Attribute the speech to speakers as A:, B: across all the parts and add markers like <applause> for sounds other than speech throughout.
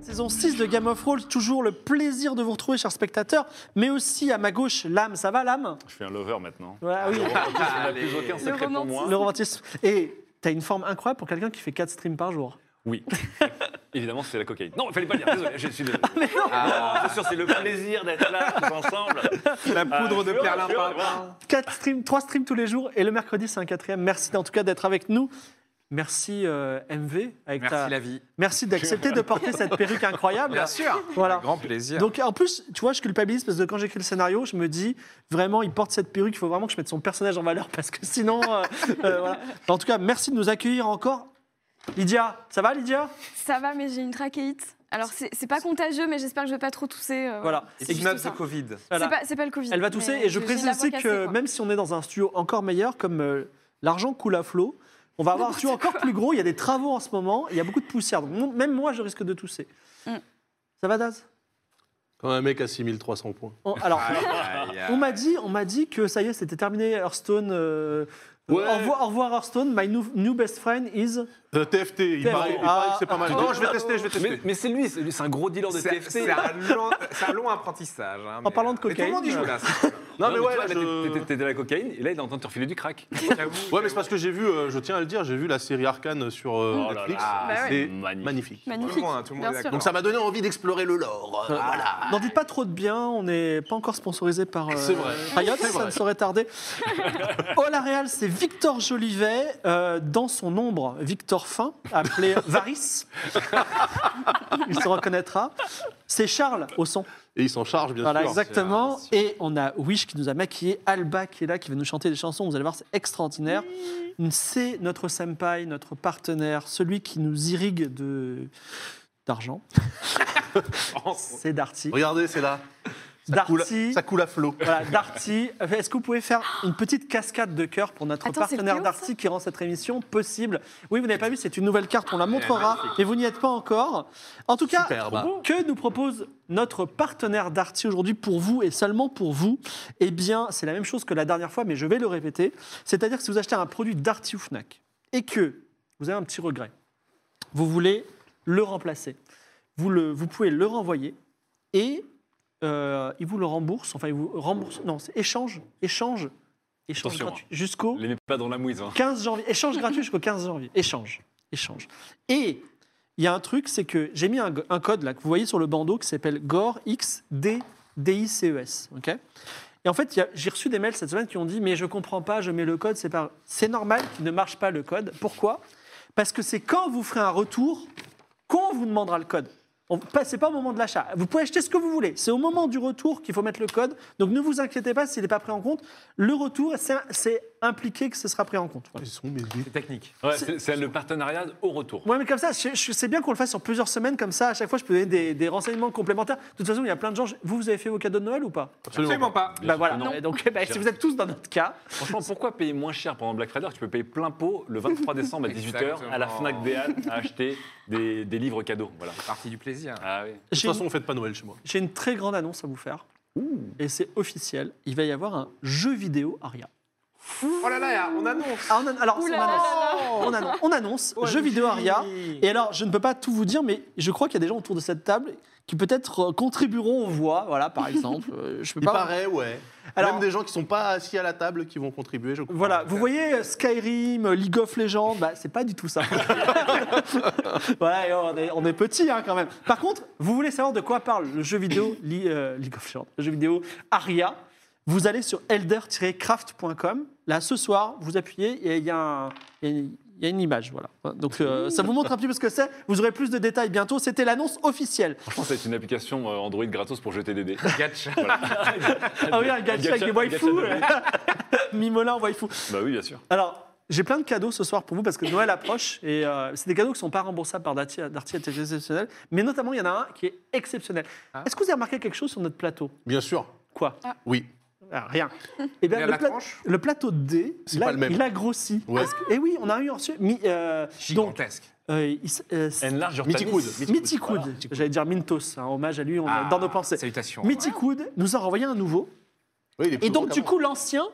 A: Saison 6 de Game of Thrones, toujours le plaisir de vous retrouver, chers spectateurs, mais aussi à ma gauche, l'âme. Ça va, l'âme
B: Je suis un lover maintenant.
A: Ouais, oui.
B: Le romantisme n'a plus aucun secret pour moi.
A: Le romantisme. Et t'as une forme incroyable pour quelqu'un qui fait 4 streams par jour.
B: <laughs> Oui. Évidemment, c'est la cocaïne. Non, il fallait pas le dire. Désolé, je <laughs> suis désolé. Ah, c'est sûr, c'est le plaisir d'être là tous ensemble. Ah,
C: La poudre de
B: tu vois,
C: perlin
B: tu vois, voilà.
A: 4 streams, 3 streams tous les jours, et le mercredi, c'est un quatrième. Merci en tout cas d'être avec nous. Merci euh, MV. Avec ta-
C: Merci la vie.
A: Merci d'accepter de porter cette perruque incroyable.
C: Bien sûr.
A: Voilà.
C: Grand plaisir.
A: Donc en plus, tu vois, je culpabilise parce que quand j'écris le scénario, je me dis vraiment, il porte cette perruque, il faut vraiment que je mette son personnage en valeur <laughs> parce que sinon, euh, euh, voilà. En tout cas, merci de nous accueillir encore. Lydia, ça va Lydia
D: Ça va, mais j'ai une trachéite. Alors, c'est c'est pas contagieux, mais j'espère que je vais pas trop tousser. euh,
A: Voilà.
D: C'est
C: et
D: juste
C: Ignat de
D: ça.
C: Covid.
A: Voilà.
D: C'est pas, c'est pas le Covid.
A: Elle va tousser
D: mais
A: et je
D: j'ai
A: précise
D: la voix
A: aussi
D: cassée,
A: que
D: quoi.
A: même si on est dans un studio encore meilleur, comme euh, l'argent coule à flot,
D: <laughs>
A: on va avoir un studio encore plus gros, il y a des travaux en ce moment, il y a beaucoup de poussière, donc mon- même moi je risque de tousser.
D: Mm.
A: Ça va Daz
E: Quand un mec à 6300 points.
A: On- Alors,
C: Ah, Aïe, aïe.
A: on m'a dit, on m'a dit que ça y est, c'était terminé Hearthstone. euh,
E: Ouais.
A: au, revoir, au revoir Hearthstone, my new, new best friend is...
E: Euh, TFT, il
A: TFT.
E: paraît, il
A: Ah.
E: paraît que c'est pas mal.
C: Non, je vais tester, je vais tester.
B: Mais, mais c'est lui, c'est lui, c'est un gros dealer de
C: C'est
B: TFT.
C: c'est un, long- c'est un long apprentissage. hein, mais-
A: parlant de
C: mais Tout le monde y joue
A: cocaïne.
C: là.
B: Non,
E: Non, mais ouais, là,
B: tu
E: je-
B: vois, Oh là, t'étais- t'étais à la cocaïne et là, il est en train de te refiler du crack.
E: Ouais, mais c'est parce que j'ai vu, euh, je tiens à le dire, j'ai vu la série Arcane sur euh,
A: Mm.
B: Oh là
E: Netflix.
A: Ah,
B: là.
D: Bah ouais.
E: C'est
B: Magnifique.
E: magnifique.
C: Tout le
D: Magnifique.
C: monde, hein, tout le monde
D: Bien
C: est
D: sûr.
C: d'accord.
E: Donc ça m'a donné envie d'explorer le lore. euh, voilà.
A: N'en dites pas trop de bien, on n'est pas encore sponsorisé par euh,
E: C'est vrai.
A: Riot,
E: C'est
A: ça
E: vrai.
A: ne saurait
E: <laughs>
A: tarder. Au la Real, c'est Victor Jolivet, euh, dans son ombre, Victor Fin, appelé
E: <laughs>
A: Varis. Il se reconnaîtra. C'est Charles au son.
E: Et ils s'en chargent, bien
A: Voilà,
E: sûr.
A: exactement. Et on a Wish qui nous a maquillé, Alba qui est là, qui va nous chanter des chansons. Vous allez voir, c'est extraordinaire. C'est notre senpai, notre partenaire, celui qui nous irrigue de d'argent.
E: <laughs>
A: c'est Darty.
E: Regardez, c'est là. Coule-
A: Darty.
E: ça coule à flot.
A: Voilà, Darty. Est-ce que vous pouvez faire une petite cascade de cœur pour notre
D: Attends, c'est
A: partenaire
D: Théo, ça
A: Darty qui rend cette émission possible Oui, vous n'avez pas vu, c'est une nouvelle carte, on la montrera, et vous n'y êtes pas encore. En tout cas,
E: Superbe.
A: Trop beau. que nous propose notre partenaire Darty aujourd'hui pour vous et seulement pour vous Eh bien, c'est la même chose que la dernière fois, mais je vais le répéter. C'est-à-dire que si vous achetez un produit Darty ou Fnac et que vous avez un petit regret, vous voulez le remplacer, vous, le, vous pouvez le renvoyer et euh, il vous le rembourse, enfin il vous rembourse, non, c'est échange, échange, échange
B: Attention,
A: gratuit jusqu'au
B: Les mets pas dans la mouise. hein.
A: 15 janvier, échange gratuit jusqu'au 15 janvier, échange, échange. Et il y a un truc, c'est que j'ai mis un, go- un code là que vous voyez sur le bandeau qui s'appelle GORE X D D I C E S, ok et en fait, il y a- j'ai reçu des mails cette semaine qui ont dit Mais je comprends pas, je mets le code, c'est pas. C'est normal qu'il ne marche pas le code. Pourquoi Parce que c'est quand vous ferez un retour qu'on vous demandera le code. On passez pas au moment de l'achat. Vous pouvez acheter ce que vous voulez. C'est au moment du retour qu'il faut mettre le code. Donc ne vous inquiétez pas s'il n'est pas pris en compte. Le retour, c'est- c'est impliqué que ce sera pris en compte. Voilà.
E: Ils sont mes dés.
C: C'est technique.
B: Ouais, c'est c'est le partenariat au retour.
A: Ouais, mais comme ça, je, je- c'est bien qu'on le fasse sur plusieurs semaines, comme ça, à chaque fois, je peux donner des, des renseignements complémentaires. De toute façon, il y a plein de gens. je- Vous, vous avez fait vos cadeaux de Noël ou pas
E: Absolument.
C: Absolument pas.
B: Bien
A: Bah
B: sûr
A: voilà.
B: que non.
A: Et Donc, eh ben, si vous êtes tous dans notre cas,
B: Franchement, pourquoi payer moins cher pendant Black Friday Tu peux payer plein pot le 23 décembre à 18h à la
C: Exactement.
B: Fnac des Halles à acheter des, des livres cadeaux. Voilà.
C: Partie du plaisir.
B: Ah oui.
E: De toute
A: j'ai une-
E: façon, on fête pas Noël chez moi.
A: j'ai une très grande annonce à vous faire. Et c'est officiel. Il va y avoir un jeu vidéo Aria.
C: Oh là là, on annonce.
A: Ah, on an- alors,
D: Ouh
A: on
D: là là
A: annonce.
D: là là.
A: On annonce, on annonce jeu vidéo Aria. Et alors, je ne peux pas tout vous dire, mais je crois qu'il y a des gens autour de cette table qui peut-être euh, contribueront aux voix, voilà, par exemple. Euh, je peux
E: Il
A: pas.
E: paraît, ouais.
A: Alors-
E: Même des gens qui sont pas assis à la table qui vont contribuer, je crois.
A: Voilà, vous voyez euh, Skyrim, euh, League of Legends, bah, c'est pas du tout <laughs> ça. voilà, et on est, on est petit hein, quand même. Par contre, vous voulez savoir de quoi parle le jeu vidéo Li- euh, League of Legends, le jeu vidéo Aria Vous allez sur elder-craft.com. Là, ce soir, vous appuyez et il y, a un- il y a une- il y a une image. Voilà. Donc, <laughs> euh, ça vous montre un petit peu ce que c'est. Vous aurez plus de détails bientôt. C'était l'annonce officielle.
B: Franchement, c'est une application euh, Android gratos pour jeter des dés.
C: Gacha.
B: Voilà.
A: Ah oui, un gacha avec des waifus. <laughs>
B: gacha de-
A: Mimolin, waifus.
B: Bah oui, bien sûr.
A: Alors, j'ai plein de cadeaux ce soir pour vous parce que Noël approche et euh, c'est des cadeaux qui ne sont pas remboursables par Darty, Darty est exceptionnel, mais notamment il y en a un qui est exceptionnel.
C: Ah.
A: Est-ce que vous avez remarqué quelque chose sur notre plateau
E: Bien sûr.
A: Quoi
E: Oui.
A: Ah, Rien. Eh bien,
C: Il y a
A: le,
C: la
A: pla-
C: tranche
A: le plateau D,
E: C'est
A: il a,
E: pas le même.
A: il a grossi.
E: Ouais.
A: Et oui, on a eu reçu. mi- euh, donc,
C: Gigantesque.
A: euh, il s- euh, s-
B: Enlarge your
E: Mythic
B: penis.
E: Wood.
A: Mythic Wood, j'allais dire Mintos, un hommage à lui on est
C: Ah,
A: dans nos pensées.
C: Salutations.
A: Mythic Wood nous a renvoyé un nouveau.
E: Oui, il est plus
A: Et donc,
E: gros
A: du
E: qu'avant.
A: coup, l'ancien,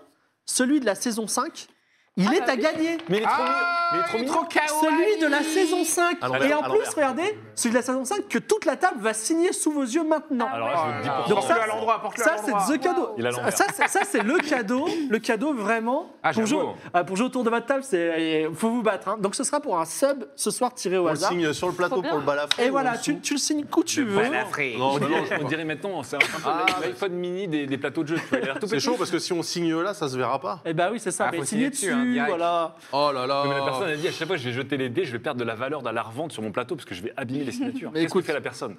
A: celui de la saison 5, il
F: Ah,
A: est
F: bah
A: à
F: oui.
A: gagner.
B: Mais il est trop mignon.
C: Ah,
B: Mais il est trop
C: il est
B: mignon.
C: trop kawaii.
A: Celui de la saison 5.
E: À
A: Et
E: l'envers,
A: en
E: à
A: plus,
E: l'envers.
A: regardez, celui de la saison 5 que toute la table va signer sous vos yeux maintenant.
B: Alors là, je vous dis
C: Ah,
B: pour
A: Donc
C: Donc
A: ça,
C: ça, à l'endroit, porte-le
A: ça,
C: à l'endroit.
A: c'est the cadeau.
B: Il a l'envers.
A: Ça, c'est- ça, c'est le cadeau. Le cadeau vraiment.
C: Ah,
A: pour, jouer,
C: j'avoue.
A: ah, pour jouer autour de votre table, il faut vous battre. hein. Donc ce sera pour un sub ce soir tiré au
E: On le
A: hasard.
E: signe sur le plateau
F: Trop bien.
E: pour le balafré.
A: Et
E: ou en
A: voilà,
E: dessous.
A: tu, tu le signes où tu veux.
C: Balafré.
E: Non,
A: <laughs>
B: On
E: on mélange.
B: dirait, Oh, on
E: quoi.
B: dirait maintenant, c'est un peu l'iPhone mini des, des plateaux de jeu. Tu vois, il a l'air tout
E: C'est
B: petit.
E: chaud parce que si on signe là, ça se verra pas.
A: Eh ben oui, c'est ça.
C: Ah,
A: mais
C: faut
A: signer
C: signer
A: dessus,
C: dessus, hein, direct.
A: voilà.
E: Oh là là.
B: Mais la personne a dit à chaque fois que je vais jeter les dés, je vais perdre de la valeur de la revente sur mon plateau parce que je vais abîmer les signatures.
A: Mais
B: Qu'est-ce que
A: écoute.
B: fait la personne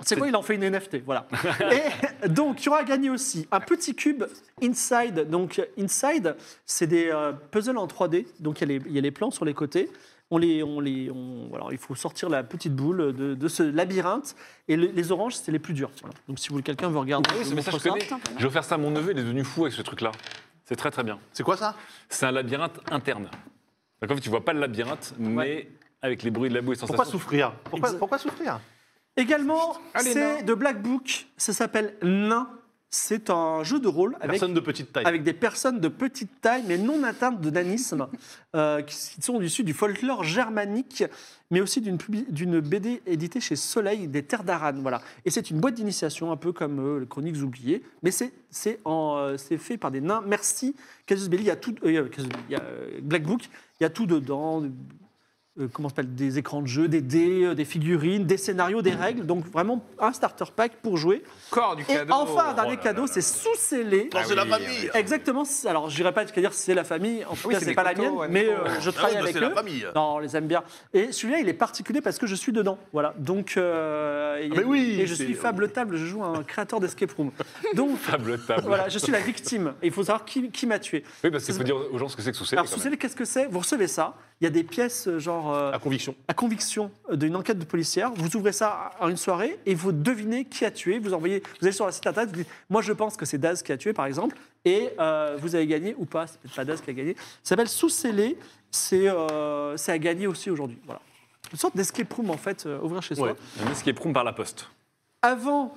A: C'est quoi Il en fait une NFT, voilà. Et donc, il y aura gagné aussi un petit cube Inside. Donc, Inside, c'est des euh, puzzles en 3D. Donc, il y, a les- il y a les plans sur les côtés. On les, on les, on- voilà, il faut sortir la petite boule de, de ce labyrinthe. Et le- les oranges, c'est les plus durs. Voilà. Donc, si vous, quelqu'un veut regarder,
B: Oui,
A: je
B: ce
A: vous
B: message
A: montre
B: je connais.
F: Putain, pas mal.
B: J'ai offert ça à mon neveu, il est devenu fou avec ce truc-là. C'est très très bien.
E: C'est quoi ça
B: C'est un labyrinthe interne. Donc en fait, tu vois pas le labyrinthe, mais
A: Ouais.
B: avec les bruits de la boue et sensations.
E: Pourquoi souffrir pourquoi,
A: Exact.
E: pourquoi souffrir
A: Également,
C: Allez,
A: c'est
C: nain.
A: de Black Book. Ça s'appelle Nain. C'est un jeu de rôle avec
E: Personne de petite taille.
A: avec des personnes de petite taille mais non atteintes de nanisme, euh, qui sont issues du folklore germanique, mais aussi d'une publi- d'une BD éditée chez Soleil des Terres d'Aran. Voilà. Et c'est une boîte d'initiation, un peu comme euh, les Chroniques oubliées, mais c'est c'est en, euh, c'est fait par des nains. Merci, Casus Belli, il y a tout, euh, Casus Belli, il y a, euh, Black Book, il y a tout dedans. euh, comment ça s'appelle Des écrans de jeu, des dés, euh, des figurines, des scénarios, des règles. Donc vraiment un starter pack pour jouer.
C: Corps du
A: Et
C: cadeau.
A: enfin, un
C: Ah
A: dernier cadeau, c'est sous-scellé.
E: Non,
C: Ah
E: c'est la
C: oui,
E: famille.
A: Exactement. c'est- Alors, je dirais pas qu'à dire c'est la famille. En tout
C: Oui,
A: cas,
C: c'est
A: c'est
C: des
A: pas la
C: coteaux,
A: mienne,
C: ouais,
A: mais
C: des coteaux.
A: euh, je
E: Ah oui,
A: travaille
E: bah,
A: avec
E: c'est la
A: eux.
E: famille.
A: Non, on les aime bien. Et celui-là, il est particulier parce que je suis dedans. Voilà. Donc, euh, il y a-
E: mais oui,
A: et je
E: c'est-
A: suis fable table. Je joue un créateur d'escape room.
E: <laughs>
A: Donc,
B: Table, table.
A: <laughs> voilà, je suis la victime. Et il faut savoir qui, qui m'a tué.
B: Oui, parce qu'il faut dire aux gens ce que c'est que sous-scellé.
A: Alors,
B: quand même.
A: sous-scellé, qu'est-ce que c'est Vous recevez ça. Il y a des pièces euh, genre euh,
E: À conviction.
A: à conviction d'une enquête de policière. Vous ouvrez ça à une soirée et vous devinez qui a tué. Vous envoyez, vous allez sur la site internet, vous dites Moi, je pense que c'est Daz qui a tué, par exemple, et euh, vous avez gagné ou pas. C'est peut-être pas Daz qui a gagné. Ça s'appelle Sous-Scellé. C'est euh, c'est à gagner aussi aujourd'hui. Voilà. Une sorte d'escape room, en fait, euh, ouvrir chez soi.
E: Ouais.
B: Un escape room par la poste.
A: Avant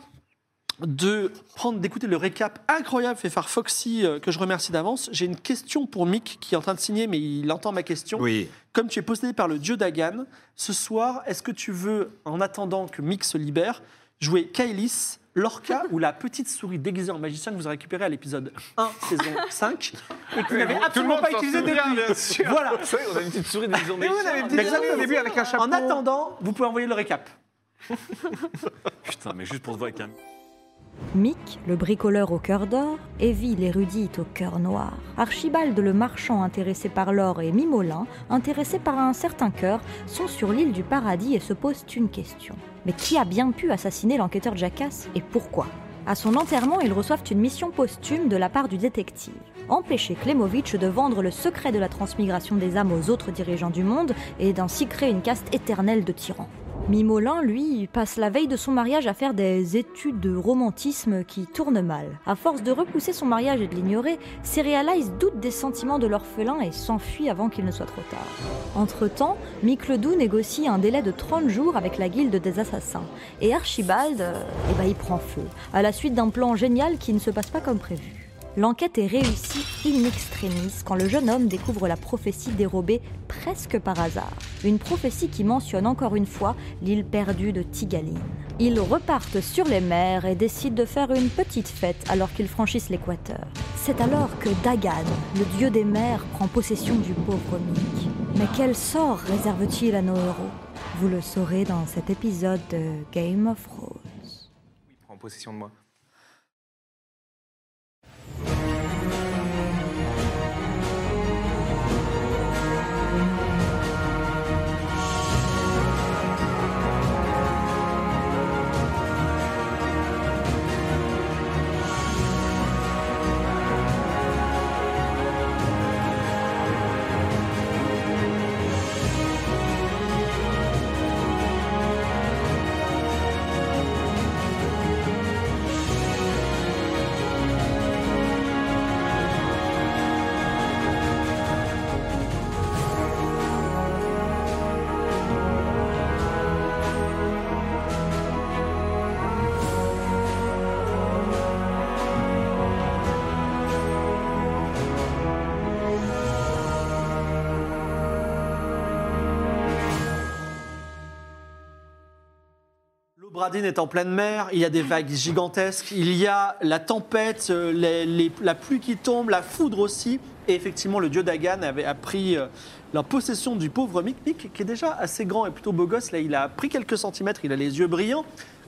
A: de prendre d'écouter le récap incroyable fait par Foxy, euh, que je remercie d'avance, j'ai une question pour Mick qui est en train de signer, mais il entend ma question.
G: Oui.
A: Comme tu es possédé par le dieu Dagan, ce soir, est-ce que tu veux, en attendant que Mick se libère, jouer Kailis,
C: <laughs>
A: Lorca ou la petite souris déguisée en magicien que vous avez récupérée à l'épisode
C: <laughs>
A: 1, saison 5 et que vous n'avez
C: Tout le
A: absolument
C: monde
A: pas
C: s'en
A: utilisé
C: souvient, bien
A: depuis
C: sûr.
A: Voilà
B: Vous savez, on a une petite souris des
C: Mais oui, on avait une petite souris au début avec un chapeau.
A: En attendant, vous pouvez envoyer le récap.
B: Putain, mais juste pour te voir avec un.
H: Mick, le bricoleur au cœur d'or, Evie, l'érudite au cœur noir, Archibald, le marchand intéressé par l'or, et Mimolin, intéressé par un certain cœur, sont sur l'île du paradis et se posent une question. Mais qui a bien pu assassiner l'enquêteur Jackass et pourquoi À son enterrement, ils reçoivent une mission posthume de la part du détective. Empêcher Klemovitch de vendre le secret de la transmigration des âmes aux autres dirigeants du monde et d'ainsi créer une caste éternelle de tyrans. Mimolin, lui, passe la veille de son mariage à faire des études de romantisme qui tournent mal. À force de repousser son mariage et de l'ignorer, Serialize doute des sentiments de l'orphelin et s'enfuit avant qu'il ne soit trop tard. Entre-temps, Mick Ledoux négocie un délai de 30 jours avec la guilde des assassins. Et Archibald, euh, eh ben, il prend feu, à la suite d'un plan génial qui ne se passe pas comme prévu. L'enquête est réussie in extremis quand le jeune homme découvre la prophétie dérobée presque par hasard. Une prophétie qui mentionne encore une fois l'île perdue de Tigaline. Ils repartent sur les mers et décident de faire une petite fête alors qu'ils franchissent l'équateur. C'est alors que Dagan, le dieu des mers, prend possession du pauvre Mick. Mais quel sort réserve-t-il à nos héros Vous le saurez dans cet épisode de Game of Thrones.
C: Prends possession de moi.
A: Bradin est en pleine mer, il y a des vagues gigantesques, il y a la tempête, euh, les- les- la pluie qui tombe, la foudre aussi. Et effectivement, le dieu Dagan avait appris euh, la possession du pauvre Mick. Mick, qui est déjà assez grand et plutôt beau gosse, là, il a pris quelques centimètres, il a les yeux brillants.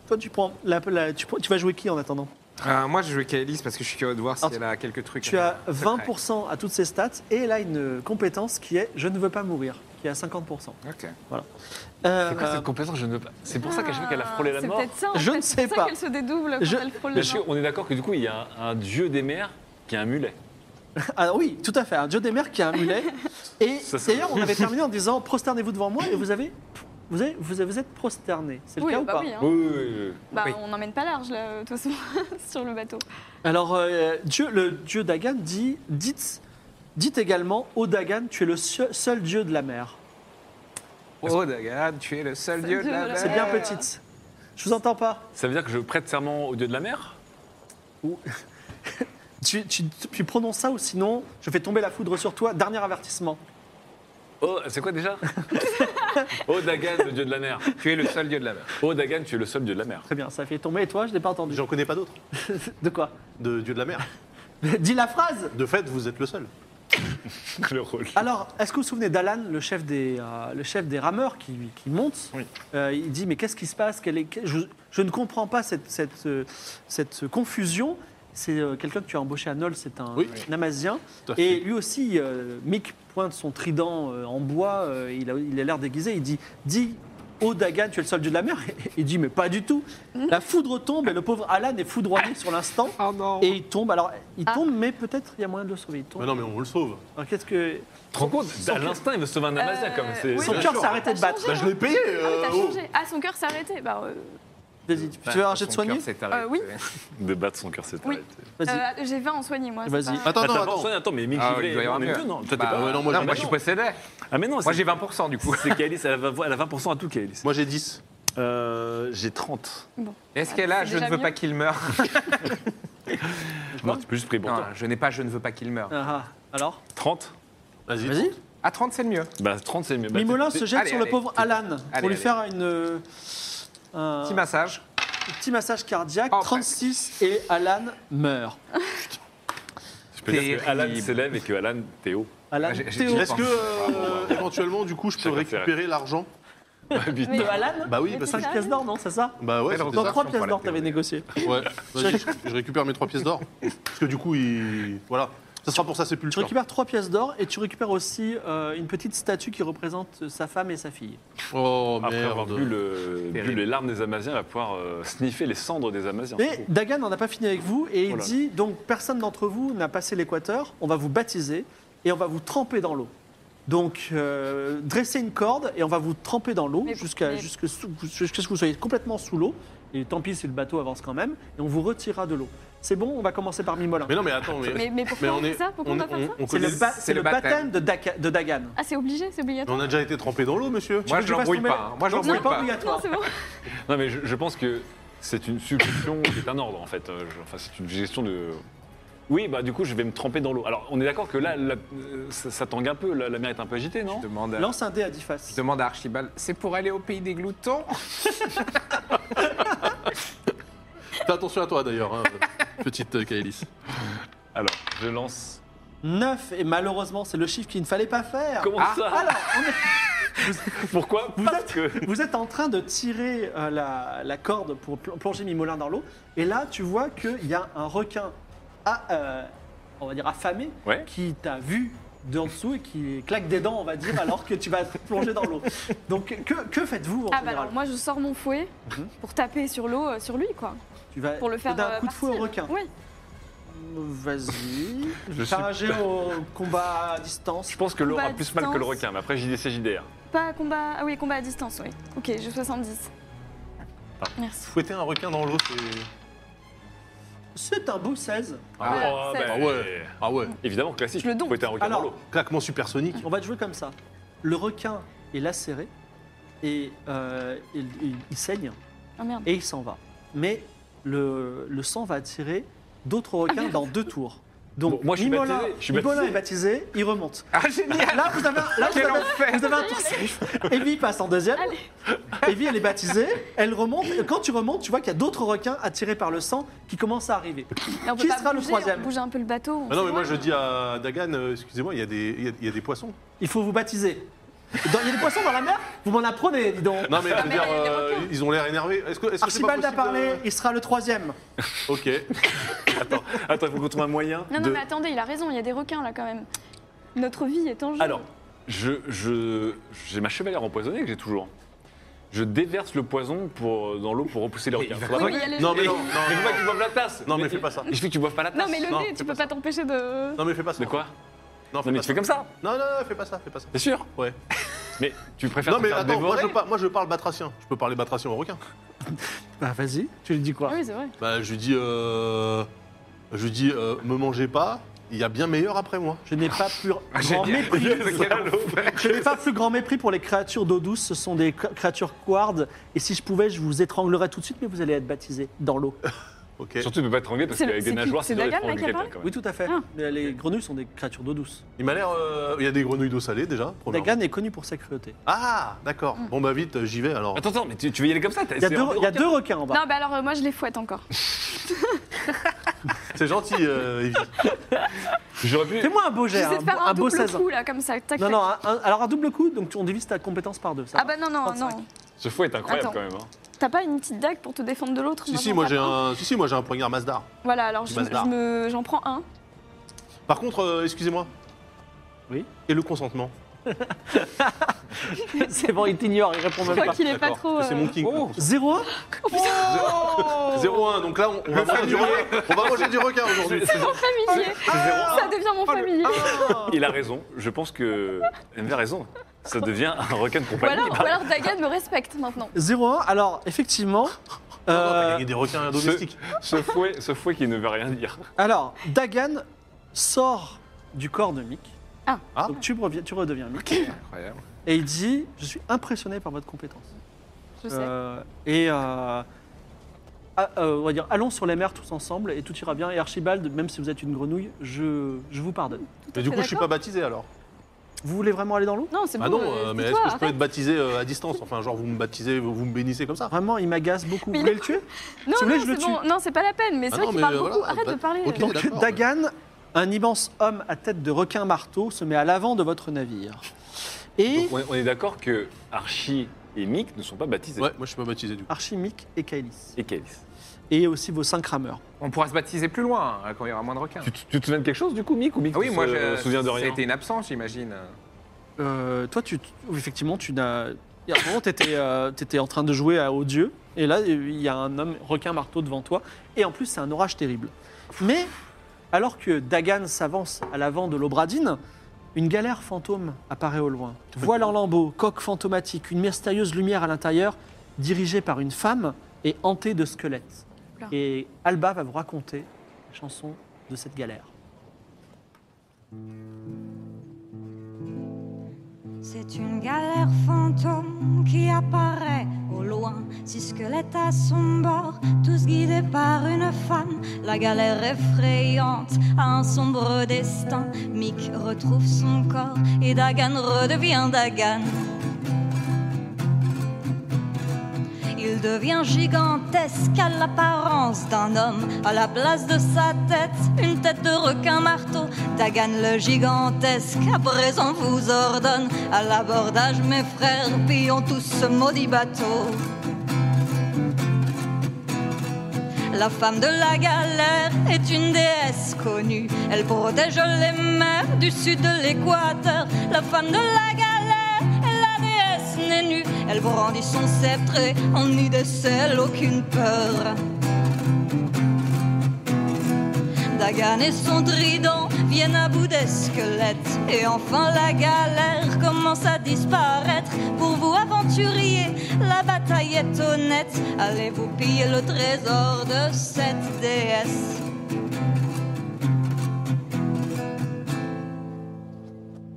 A: Toi, tu, prends la- la- tu, prends- tu vas jouer qui en attendant
C: Euh, moi, je jouais Kaelis parce que je suis curieux de voir si
A: Alors,
C: elle a quelques trucs.
A: Tu
C: à-
A: as 20% à toutes ces stats et elle a une compétence qui est Je ne veux pas mourir, qui est à 50%.
C: Ok.
A: Euh,
B: C'est quoi
A: euh,
B: cette compétence Je ne veux pas. C'est pour ça qu'à chaque fois qu'elle a frôlé la
D: C'est
B: mort.
D: peut-être ça, en
A: Je
D: fait.
A: ne
D: C'est
A: sais
D: pour
A: pas.
D: ça qu'elle se dédouble quand
A: Je-
D: elle frôle le
B: Parce que on est d'accord que du coup, il y a un, un dieu des mers qui est un mulet.
A: Ah oui, tout à fait. Un dieu des mers qui a un
B: <laughs>
A: mulet. Et
B: Ça, c'est
A: d'ailleurs, on avait terminé en disant prosternez-vous devant moi et vous avez, vous avez, vous avez- vous êtes prosterné. C'est le
D: Oui,
A: cas ou
D: bah
A: pas
D: oui, hein.
B: Oui, oui, oui, oui.
D: Bah,
C: Oui.
D: on n'emmène pas large, là, euh, de toute façon, <laughs> sur le bateau.
A: Alors, euh, dieu, le dieu Dagan dit dites, dites également Ô Dagan, tu es le seul, seul dieu de la mer.
C: Oh, Dagan, tu es le seul dieu de la mer.
A: C'est bien petite. Je vous entends pas.
B: Ça veut dire que je prête serment au dieu de la mer
A: Tu, tu, tu prononces ça ou sinon je fais tomber la foudre sur toi. Dernier avertissement.
B: Oh, c'est quoi déjà Oh Dagan, le dieu de la mer.
C: Tu es le seul dieu de la mer.
B: Oh Dagan, tu es le seul dieu de la
C: <laughs>
B: mer.
A: Très bien, ça fait tomber. Et toi, je n'ai pas entendu.
E: J'en connais pas d'autres.
A: De quoi <laughs>
E: De Dieu de la mer.
A: Dis la phrase
E: De fait, vous êtes le seul.
B: Le rôle.
A: Alors, est-ce que vous vous souvenez d'Alan, le, chef des, euh, le chef des rameurs qui, qui monte Euh, Il dit, mais qu'est-ce qui se passe Quelle est- que- je, je ne comprends pas cette, cette, euh, cette confusion. C'est euh, quelqu'un que tu as embauché à Nol, c'est un,
E: Oui.
A: un Amazien.
E: Tout à fait.
A: Et lui aussi, euh, Mick pointe son trident euh, en bois, euh, il, a, il a l'air déguisé, il dit, dis... Oh Dagan, tu es le seul dieu de la mer <laughs> Il dit, mais pas du tout. La foudre tombe et le pauvre Alan est foudroyé sur l'instant.
C: Oh non.
A: Et il tombe. Alors, il
D: Ah.
A: tombe, mais peut-être il y a moyen de le sauver. Il tombe.
E: Mais non, mais on le sauve.
A: Alors, qu'est-ce que.
B: Tu te rends compte À l'instinct, il veut sauver un Amazia
D: Euh,
B: comme c'est.
D: oui,
A: Son
D: mais
A: cœur
D: t'as
A: s'est arrêté de battre.
D: changé,
E: Bah, je l'ai payé.
D: Ah, oui,
E: euh,
D: t'as
E: oh.
D: changé. Ah, son cœur s'est arrêté. Bah, euh,
A: Vas-y,
C: Bah,
A: tu tu veux un jet de soigné
D: Euh, oui.
C: Ah,
B: De battre son cœur, c'est
D: Oui.
B: arrêté.
A: Vas-y.
D: euh, j'ai 20 en soigné, moi. c'est
A: Vas-y.
D: pas-
E: Attends,
B: Attends,
E: non,
B: attends,
E: attends.
B: attends, mais Mick
C: Ah,
B: Givré,
C: il doit y
B: on
C: avoir
B: est
C: mieux.
B: mieux, non Toi, t'es
C: Bah,
B: pas-
E: ouais, non, moi,
C: non, moi,
E: j'ai pas-
C: je suis possédé.
B: Ah, mais non,
C: Moi,
B: c'est-
C: j'ai 20% du coup. <laughs>
B: C'est Kaelis, elle a 20 elle a 20% à tout, Kaelis.
E: Moi, j'ai 10.
B: Euh, J'ai 30.
C: Est-ce qu'elle
D: C'est
C: a Je
D: déjà
C: ne veux
D: mieux.
C: pas qu'il meure
B: Non, tu peux juste prier pour toi.
C: Non, je n'ai pas Je ne veux pas qu'il meure.
A: Ah, alors
C: Bah,
B: 30
E: Vas-y.
A: Vas-y.
C: À 30, c'est le mieux.
B: Bah, 30, c'est mieux. Bah,
A: Mimolin se jette
C: allez,
A: sur le
C: allez.
A: pauvre Alan pour lui
C: Allez, allez.
A: faire une, euh, un
C: Petit massage.
A: petit massage cardiaque.
C: Oh,
A: 36 et Alan meurt.
B: Je peux dire que
C: Terrible.
B: Alan s'élève et que Alan, t'es haut.
A: Alan,
C: Ah, j'ai- j'ai-
A: Théo.
C: j'ai-
E: Est-ce que, euh, éventuellement, du coup, je peux
B: Chacun fait
E: récupérer l'argent
D: Mais-
A: De Alan
E: Bah oui,
D: Mais
E: parce
D: c'est
E: que.
A: 5 pièces d'or, non C'est ça
E: Bah ouais,
C: Elle
E: c'était
A: Dans
C: reprend-
E: ça.
A: 3
C: on
A: pièces
C: parle
A: d'or,
C: à
A: t'avais
C: Théo,
A: négocié.
E: Ouais, vas-y, je, je récupère mes 3 pièces d'or. Parce que du coup, il. Voilà. Ça sera pour sa
A: Tu
E: sépulture.
A: récupères 3 pièces d'or et tu récupères aussi euh, une petite statue qui représente sa femme et sa fille.
E: Oh
B: Après avoir
E: merde.
B: bu, le,
C: Terrible.
B: bu les larmes des Amaziens, elle va pouvoir euh, sniffer les cendres des Amaziens.
A: Et Dagan n'en a pas fini avec vous et il
B: Hein. Oh là là.
A: dit donc personne d'entre vous n'a passé l'équateur, on va vous baptiser et on va vous tremper dans l'eau. Donc euh, dressez une corde et on va vous tremper dans l'eau
D: Mais-
A: jusqu'à
D: mais-
A: jusque sous- jusqu'à ce que vous soyez complètement sous l'eau. Et tant pis si le bateau avance quand même et on vous retirera de l'eau. C'est bon, on va commencer par Mimolin.
E: Mais non, mais attends, mais.
D: Mais, mais pourquoi on,
E: est-
D: fait ça Pourquoi on, doit faire ça
E: on
A: C'est
E: connaît-
A: le, ba- c'est le
C: le
A: baptême
C: baptême.
A: de, Daka- de Dagan.
D: Ah, c'est obligé, c'est
E: Mais
D: obligatoire.
E: on a déjà été trempé dans l'eau, monsieur.
C: Moi, je
A: veux que je fasse
C: l'embrouille
A: tomber
C: pas. hein. Moi, je
A: Donc,
C: l'embrouille
A: c'est pas
C: pas.
A: obligatoire.
D: Non, c'est bon.
B: Non, mais je, je pense que c'est une suggestion qui est un ordre, en fait. Euh, je- enfin, c'est une gestion de... Oui, bah du coup, je vais me tremper dans l'eau. Alors, on est d'accord que là, la- euh, ça, ça tangue un peu, la, la mer est un peu agitée, non
C: Je demande à-
A: Lance un dé à 10 faces.
C: je demande à Archibald, c'est pour aller au pays des gloutons
E: Fais attention à toi d'ailleurs, hein, <laughs> petite euh, Kaelis.
B: Alors, je lance...
A: 9 et malheureusement c'est le chiffre qu'il ne fallait pas faire.
B: Comment
C: Ah,
B: ça
A: Alors, on est-
B: <laughs> Pourquoi
A: Vous
B: Parce que...
A: Vous êtes en train de tirer euh, la, la corde pour pl- plonger Mimolin dans l'eau, et là tu vois qu'il y a un requin, à, euh, on va dire affamé,
B: Ouais.
A: qui t'a vu d'en dessous et qui claque des dents, on va dire, alors que tu vas <laughs> plonger dans l'eau. Donc que, que faites-vous en
D: Ah, bah
A: général
D: alors, moi, je sors mon fouet pour taper sur l'eau, euh, sur lui, quoi.
A: Tu vas
D: Pour le faire.
A: donner un
D: euh,
A: coup de fouet au
D: partir.
A: requin.
D: Oui.
A: Vas-y.
B: Je
A: Fais un jet au combat à distance.
B: Je pense que l'eau
D: Combat
B: aura
D: à
B: plus mal que le
D: distance.
B: requin, mais après JDC, JDR.
D: Pas combat. Ah, oui, combat à distance, oui. Ok, j'ai 70.
B: Ah.
D: Merci.
E: Fouetter un requin dans l'eau, c'est.
A: C'est un beau 16.
D: Ah ouais, c'est-
B: bah,
E: Ah ouais. Ah ouais.
B: Évidemment, classique.
D: Je le dompte.
B: Faut être un requin dans
A: Alors,
B: l'eau.
E: Claquement supersonique.
A: On va te jouer comme ça. Le requin est lacéré et euh, il- il- il saigne.
D: Ah, merde.
A: et il s'en va. Mais le, le sang va attirer d'autres requins dans deux tours. Donc,
B: Bon, moi, je suis
A: Mimolin,
B: baptisé, je suis
A: Mimolin
B: baptisé.
A: est baptisé, il remonte.
C: Ah,
B: <laughs>
C: génial
A: Là, vous avez, un- là, vous
C: <laughs> Quel
A: avez-
C: enfer
A: vous avez un tour safe. Evie passe en deuxième. <laughs> Evie, elle est baptisée. Elle remonte. Et quand tu remontes, tu vois qu'il y a d'autres requins attirés par le sang qui commencent à arriver.
D: Et on peut
A: Qui
D: pas
A: sera le
D: bouger,
A: troisième
D: on Bouge un peu le bateau. on
E: Ah non, mais
D: sait
E: moi
D: pas.
E: je dis à Dagan, euh, excusez-moi, il y, a des- il y a- il y a des poissons.
A: Il faut vous baptiser. Dans- Il y a des poissons dans la mer Vous m'en apprenez, dis donc.
E: Non, mais je veux dire,
D: Ah, il y a des
E: euh, ils ont l'air énervés. Est-ce que est-ce que c'est pas
A: Archibald a
E: possible
A: parlé,
E: euh,
A: il sera le troisième.
E: Ok.
B: Attends, attends, il faut qu'on trouve un moyen.
D: Non,
B: de...
D: non, mais attendez, il a raison, il y a des requins là quand même. Notre vie est en jeu.
B: Alors, je, je, j'ai ma chevalière empoisonnée que j'ai toujours. Je déverse le poison pour, dans l'eau pour repousser les
C: Mais
B: requins.
C: il va-
B: Faudra
D: Oui,
B: pas
D: mais il y a le
E: Non,
B: que-
E: mais
B: Eh,
E: non, non,
B: mais
E: non,
B: faut pas que tu boives la tasse.
E: non, mais
B: Mais-
E: fais pas ça.
B: Il suffit que tu boives pas la tasse.
D: Non, mais le
E: Non,
D: nez,
E: fais
D: tu
E: pas
D: peux pas t'empêcher de.
E: Non, mais fais pas ça.
B: De quoi
E: Non, fais
B: Non, mais
E: pas
B: tu fais comme ça.
E: Non, non, non, fais pas ça, fais pas ça.
B: T'es sûr
E: Ouais.
B: Mais tu préfères
E: Non,
B: te
E: mais
B: faire
E: attends, moi
B: dévorer
E: je, par- moi je parle batracien. Je peux parler batracien au requin.
A: Bah vas-y, tu lui dis quoi
D: Ah oui, c'est vrai.
E: Bah, je lui dis, euh, je lui dis, euh, me mangez pas, il y a bien meilleur après moi.
A: Je n'ai pas plus grand
C: génial.
A: mépris.
C: <laughs> Quel enfer
A: Je n'ai pas plus grand mépris pour les créatures d'eau douce, ce sont des cr- créatures quardes, et si je pouvais, je vous étranglerais tout de suite, mais vous allez être baptisé dans l'eau.
E: Ok.
B: Surtout ne pas étrangler parce
D: C'est le-
B: qu'avec des
D: c'est qui-
B: nageoires,
D: c'est
B: dur
D: Dagan,
B: d'étrangler
D: là, qui a
B: quelqu'un,
D: parlé
B: quand même.
A: Oui, tout à fait.
D: Ah.
A: Mais Les grenouilles sont des créatures d'eau douce.
E: Il m'a l'air, euh, il y a des grenouilles d'eau salée déjà. premièrement.
A: Dagan est connu pour sa cruauté.
E: Ah, d'accord.
D: Mm.
E: Bon bah vite, j'y vais alors.
B: Attends, attends, mais tu, tu veux y aller comme ça
A: Il y a, deux, il y a deux requins en bas.
D: Non, bah alors euh, moi je les fouette encore.
E: C'est gentil, euh, Evie.
B: J'aurais pu.
A: Fais-moi un beau jet,
D: J'essaie
A: un,
D: de faire
A: beau-
D: un,
A: un beau
D: double
A: 16.
D: coup là, comme ça. Tac,
A: Non,
D: tac.
A: non, un- un- alors un double coup, donc tu- on divise ta compétence par deux. ça
D: Ah
A: va
D: bah non, non,
A: 35.
D: non.
B: Ce fouet est incroyable
D: Attends.
B: quand
D: <laughs>
B: même. hein.
D: T'as pas une petite dague pour te défendre de l'autre
E: si,
D: moi,
E: si,
D: j'en
E: moi
D: ai
E: j'ai
D: pas.
E: un, si, si, moi j'ai un poignard Masdar.
D: Voilà, alors je- je
E: Bazar.
D: me- j'en prends un.
E: Par contre, euh, excusez-moi.
A: Oui
E: Et le consentement.
A: <laughs> C'est bon, il t'ignore, il
D: bah
A: répond
D: Je
A: même
D: crois
A: pas.
D: qu'il est pas
E: D'accord,
D: trop.
E: parce que C'est
D: euh,
E: mon king. le
A: Oh,
E: consentement.
A: 0
E: 0-1, donc là on, on va manger du requin. On va manger du requin aujourd'hui.
D: Mon familier Ça devient mon familier Ah.
B: Il a raison. Je pense que. Enver a raison. Ça devient un requin de
D: Ou
B: compagnie.
D: alors, ou alors Dagan me respecte maintenant.
A: 0-1, alors <laughs> effectivement. euh,
E: Il y a des requins domestiques.
B: Ce fouet, ce fouet qui ne veut rien dire.
A: euh, alors, Dagan sort du corps de Mick.
D: Ah.
E: Ah.
A: Donc tu, reviens, tu redeviens Mick.
C: Incroyable.
A: Et il dit Je suis impressionné par votre compétence.
D: Je sais.
A: Euh, et. euh, ah, euh, on va dire, allons sur les mers tous ensemble et tout ira bien. Et Archibald, même si vous êtes une grenouille, je, je vous pardonne.
E: Mais du coup, je suis pas baptisé alors.
A: Vous voulez vraiment aller dans l'eau
D: Non, c'est
E: Bah
D: bon.
E: non,
D: euh,
E: euh, mais
D: c'est
E: est-ce
D: toi,
E: que je peux
D: arrête.
E: être baptisé euh, à distance Enfin, genre, vous me baptisez, vous, vous me bénissez comme ça.
A: Vraiment, il m'agace beaucoup.
D: Mais
A: vous
D: il
A: voulez
D: est-
A: le tuer
D: Non,
A: Si vous voulez,
D: non,
A: je le
D: c'est bon. Non, c'est pas la peine, mais
E: Ah
D: c'est vrai
E: non,
D: qu'il
E: mais
D: parle
E: voilà,
D: beaucoup. Arrête
E: bah-
D: de parler.
E: ok.
D: euh.
A: Donc
E: d'accord,
A: Dagan, un immense homme à tête de requin marteau, se met à l'avant de votre navire. Et
B: Donc, on est, on est d'accord que Archie et Mick ne sont pas baptisés.
E: Ouais, moi je suis pas baptisé du coup.
A: Archimic et Kailis.
B: Et Kélis.
A: Et aussi vos cinq rameurs.
C: On pourra se baptiser plus loin, hein, quand il y aura moins de requins.
B: Tu, te- tu te souviens de quelque chose du coup, Mick ou Mick
C: Ah oui,
B: tu
C: moi,
B: te-
C: je
B: te souviens de rien.
C: C'était une absence, j'imagine.
A: Euh, toi, tu, tu- effectivement, tu n'as. Il y a un moment, tu étais, en train de jouer à Odieux, et là, il y a un homme requin marteau devant toi, et en plus, c'est un orage terrible. Mais, alors que Dagan s'avance à l'avant de l'Obradine, une galère fantôme apparaît au loin. Voile en lambeaux, coque fantomatique, une mystérieuse lumière à l'intérieur, dirigée par une femme et hantée de squelettes.
D: Oula.
A: Et Alba va vous raconter la chanson de cette galère.
I: C'est une galère fantôme qui apparaît au loin, six squelettes à son bord, tous guidés par une femme. La galère effrayante a un sombre destin. Mick retrouve son corps et Dagan redevient Dagan. Il devient gigantesque à l'apparence d'un homme. À la place de sa tête, une tête de requin marteau. Dagan le gigantesque, à présent vous ordonne. À l'abordage, mes frères, pillons tous ce maudit bateau. La femme de la galère est une déesse connue. Elle protège les mers du sud de l'équateur. La femme de la galère est la déesse née nue. Elle brandit son sceptre et en n'y décèle aucune peur. Dagan et son trident viennent à bout des squelettes. Et enfin la galère commence à disparaître. Pour vous aventuriers, la bataille est honnête. Allez vous piller le trésor de cette déesse.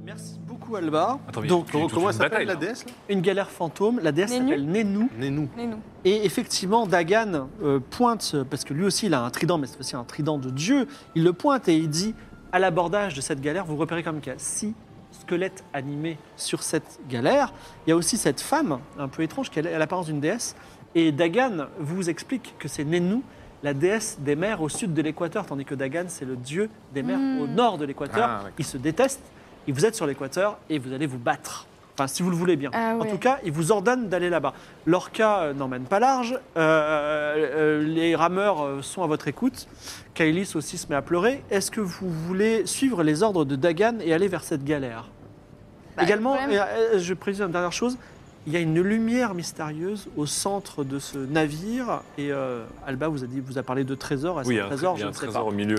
A: Merci beaucoup, Alba.
B: Attends, mais
A: Donc,
B: tu- tu-
E: Comment,
B: tu-
E: comment elle
B: tu- bataille,
E: s'appelle la
B: là.
E: déesse là
A: Une galère fantôme, la déesse
D: Nénou.
A: s'appelle Nénou.
E: Nénou.
D: Mais nous.
A: Et effectivement, Dagan euh, pointe, euh, parce que lui aussi il a un trident, mais c'est aussi un trident de Dieu, il le pointe et il dit à l'abordage de cette galère, vous repérez comme qu'il y a six squelettes animés sur cette galère. Il y a aussi cette femme, un peu étrange, qui a l'apparence d'une déesse. Et Dagan vous explique que c'est Nennu, la déesse des mers au sud de l'équateur, tandis que Dagan, c'est le dieu des mers au
D: Hmm.
A: nord de l'équateur.
C: Ah, d'accord.
A: Ils se détestent, et vous êtes sur l'équateur, et vous allez vous battre. Enfin, si vous le voulez bien.
D: Ah
A: En
D: ouais.
A: tout cas, il vous ordonne d'aller là-bas. L'orca euh, n'emmène pas large. euh, euh, les rameurs euh, sont à votre écoute. Kailis aussi se met à pleurer. Est-ce que vous voulez suivre les ordres de Dagan et aller vers cette galère
D: Bah,
A: Également,
D: le problème-
A: et, euh, je précise une dernière chose. Il y a une lumière mystérieuse au centre de ce navire. Et euh, Alba vous a, dit, vous a parlé de trésor. Est-ce
B: Oui, il y
A: un
B: a un,
A: trésor
B: il y
A: Je
B: a un
A: ne sais
B: trésor
A: pas.
B: au milieu.